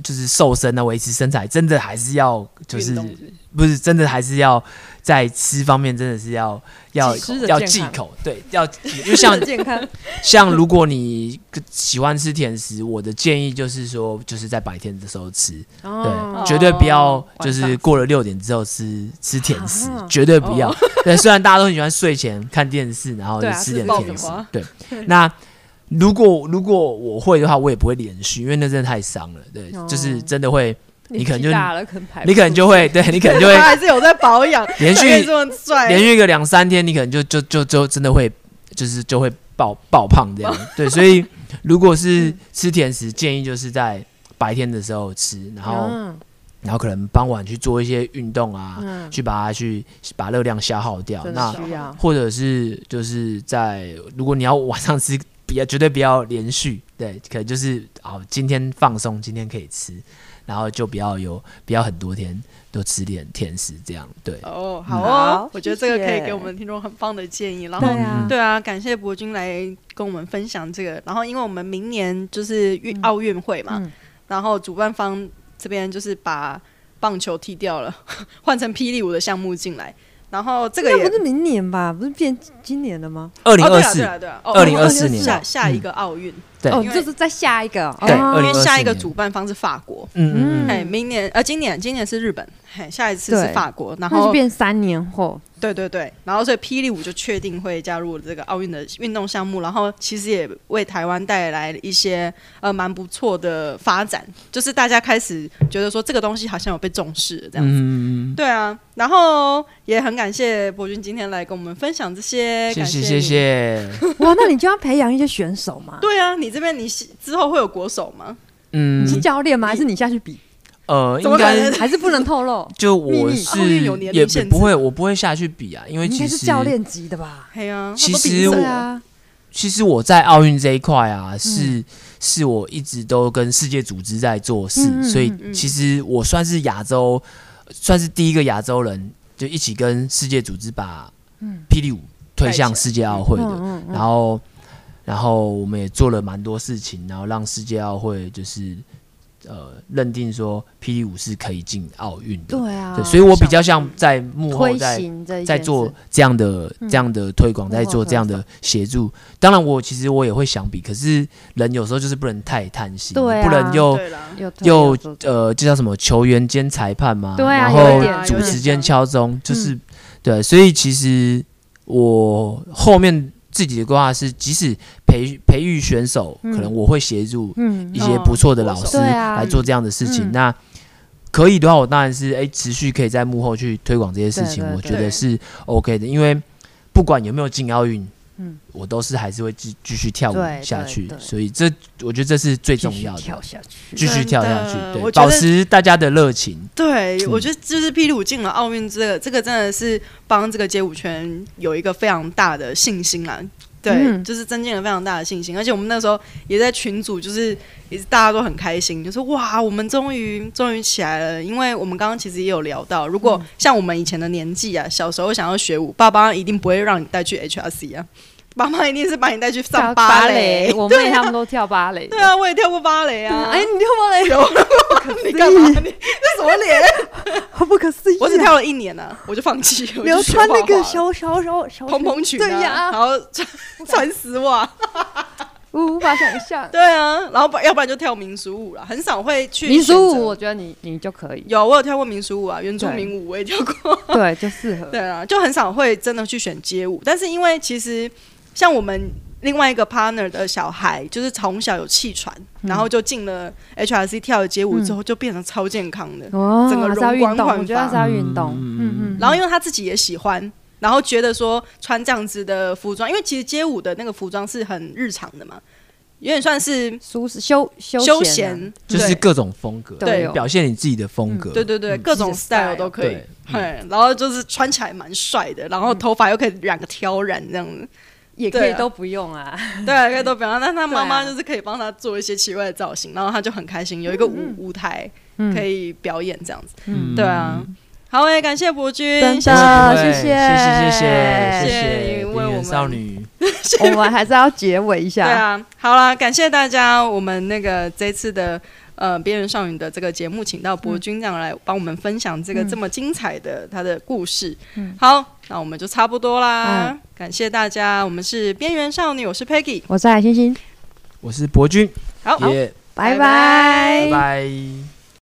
就是瘦身啊维持身材，真的还是要就是运动是不是真的还是要在吃方面真的是要要吃得要健忌 <laughs> 康口，对，要因为像很健康，像如果你喜欢吃甜食，我的建议就是说，就是在白天的时候吃，对，哦绝对不要就晚是上过了六点之后吃吃甜食啊，绝对不要。 <laughs> 对，虽然大家都很喜欢睡前看电视，然后就对啊吃吃点爆米甜食花， <laughs> 对。那如果如果我会的话，我也不会连续，因为那真的太伤了，对，哦就是真的会，你可能就年纪大了，可能排不你可能出就会，对你可能就会他还是有在保养，<laughs> 连续才可以这么帅，连续个两三天，你可能就就就就真的会就是就会爆爆胖这样。 <laughs> 对，所以如果是嗯吃甜食，建议就是在白天的时候吃，然后、嗯然后可能傍晚去做一些运动啊，嗯，去把它去把热量消耗掉。真的那需要，或者是就是在如果你要晚上吃，不要绝对不要连续，对，可能就是哦今天放松，今天可以吃，然后就不要有不要很多天都吃点甜食这样，对。哦，好嗯好哦，我觉得这个可以谢谢给我们听众很棒的建议。然对后，啊，对啊，感谢博君来跟我们分享这个。然后，因为我们明年就是运嗯奥运会嘛嗯，然后主办方这边就是把棒球踢掉了， <laughs> 换成霹雳舞的项目进来。然后这个那也不是明年吧？不是变今年了吗？二零哦，二对啊，四对啊，对啊，哦2024年下下嗯一个奥运，对哦，因为就是在下一个哦，对哦因为2024下一个年主办方是法国。嗯嗯嗯嗯哎，明年呃，今年今年是日本，嘿，下一次是对法国，然那后就变三年后，对对对，然后所以霹雳舞就确定会加入这个奥运的运动项目，然后其实也为台湾带来一些呃蛮不错的发展，就是大家开始觉得说这个东西好像有被重视了这样子。嗯嗯，嗯对啊，然后也很感谢博君今天来跟我们分享这些，谢感谢你 <laughs> 谢。谢，哇，那你就要培养一些选手嘛？对啊，你这边你是之后会有国手吗？你是嗯教练吗？还是你下去比？呃，怎应么感该觉还是不能透露？就秘我密是奥运有年龄也也限制不会，我不会下去比啊，因为你应 <laughs> 其该是实教练级的吧？嘿啊，其他都比实赛对我了啊，其实我在奥运这一块嗯啊，是是我一直都跟世界组织在做事，嗯嗯所以嗯嗯其实我算是亚洲，嗯算是第一个亚洲人，就一起跟世界组织把霹雳舞推向世界奥会的。嗯嗯然后，然后我们也做了蛮多事情，然后让世界奥会就是呃认定说霹雳舞是可以进奥运的。对啊，对，所以我比较像在幕后推在行这一在件做事这样的、嗯这样的推广，幕在后做这推样的协助。当然我，其实我也会想比，可是人有时候就是不能太贪心，对不能啊又对啦，有推又有做呃，就叫什么球员兼裁判嘛，对啊然有后一点主有一嗯持点兼敲钟，就是、对，所以其实我后面自己的规划是，即使培培育选手，嗯可能我会协助嗯一些不错的老师对啊来做这样的事情。嗯那可以的话，我当然是哎、持续可以在幕后去推广这些事情，对对我觉对得是 OK 的，因为不管有没有进奥运，嗯我都是还是会继继续跳舞对下对去对，所以这我觉得这是最重要的。跳下去，继续跳下去真的，对，我觉保得持大家的热情。对，嗯我觉得就是霹雳舞进了奥运，这个这个真的是帮这个街舞圈有一个非常大的信心啦。对，嗯就是增进了非常大的信心，而且我们那时候也在群组，就是也是大家都很开心，就说哇，我们终于终于起来了。因为我们刚刚其实也有聊到，如嗯果像我们以前的年纪啊，小时候想要学舞，爸爸一定不会让你带去 HRC 啊，爸妈一定是把你带去跳上芭 <laughs> 蕾。我妹他们都跳芭 <laughs> 蕾的。对啊，我也跳过芭 <laughs> 蕾啊。哎，你跳芭蕾有， <laughs> 你干嘛？你这什么脸？ <laughs> 好不可思议啊！我只跳了一年呢、我就放弃了。我你要就学穿那画个画了小小小小 <laughs> 蓬蓬裙、啊，对呀然后 <laughs> 穿穿丝袜，我无法想象。对啊，然后不要不然就跳民俗舞了，很少会去民选俗择舞，我觉得你你就可以，有我有跳过民俗舞啊，原住民舞我也跳过，对，就适合。 <laughs> 对啊，就很少会真的去选街舞，但是因为其实像我们。另外一个 partner 的小孩，就是从小有气喘，嗯然后就进了 HRC 跳了街舞之后，就变得超健康的。哦整个还是要容运光动，焕我觉得还是发要运动。嗯嗯嗯，然后因为他自己也喜欢，然后觉得说穿这样子的服装，因为其实街舞的那个服装是很日常的嘛，有点算是舒适休休休闲啊闲，就是各种风格，对表现你自己的风格。嗯对对嗯对，各种 style 都可以对，嗯嘿，然后就是穿起来蛮帅的，然后头嗯发又可以染个挑染这样子，也可对以啊都不用啊。对啊，可以都表扬。但他妈妈对啊就是可以帮他做一些奇怪的造型，然后他就很开心，有一个嗯舞舞台可以表演这样子，嗯对啊。好诶，感谢博君，真谢的不会谢嗯谢谢谢谢谢谢谢你为边我缘们少女，嗯 <laughs> 我们还是要结尾一对下。啊，好啦，感谢大家，我们那个这次的呃《边缘少女》的这个节目，请到博君这样来帮我们分享这个这么精彩的他的故事。好，那我们就差不多啦，感谢大家，我们是《边缘少女》，我是 Peggy，我是海星星，我是博君，好，哎耶，拜拜拜拜拜。拜。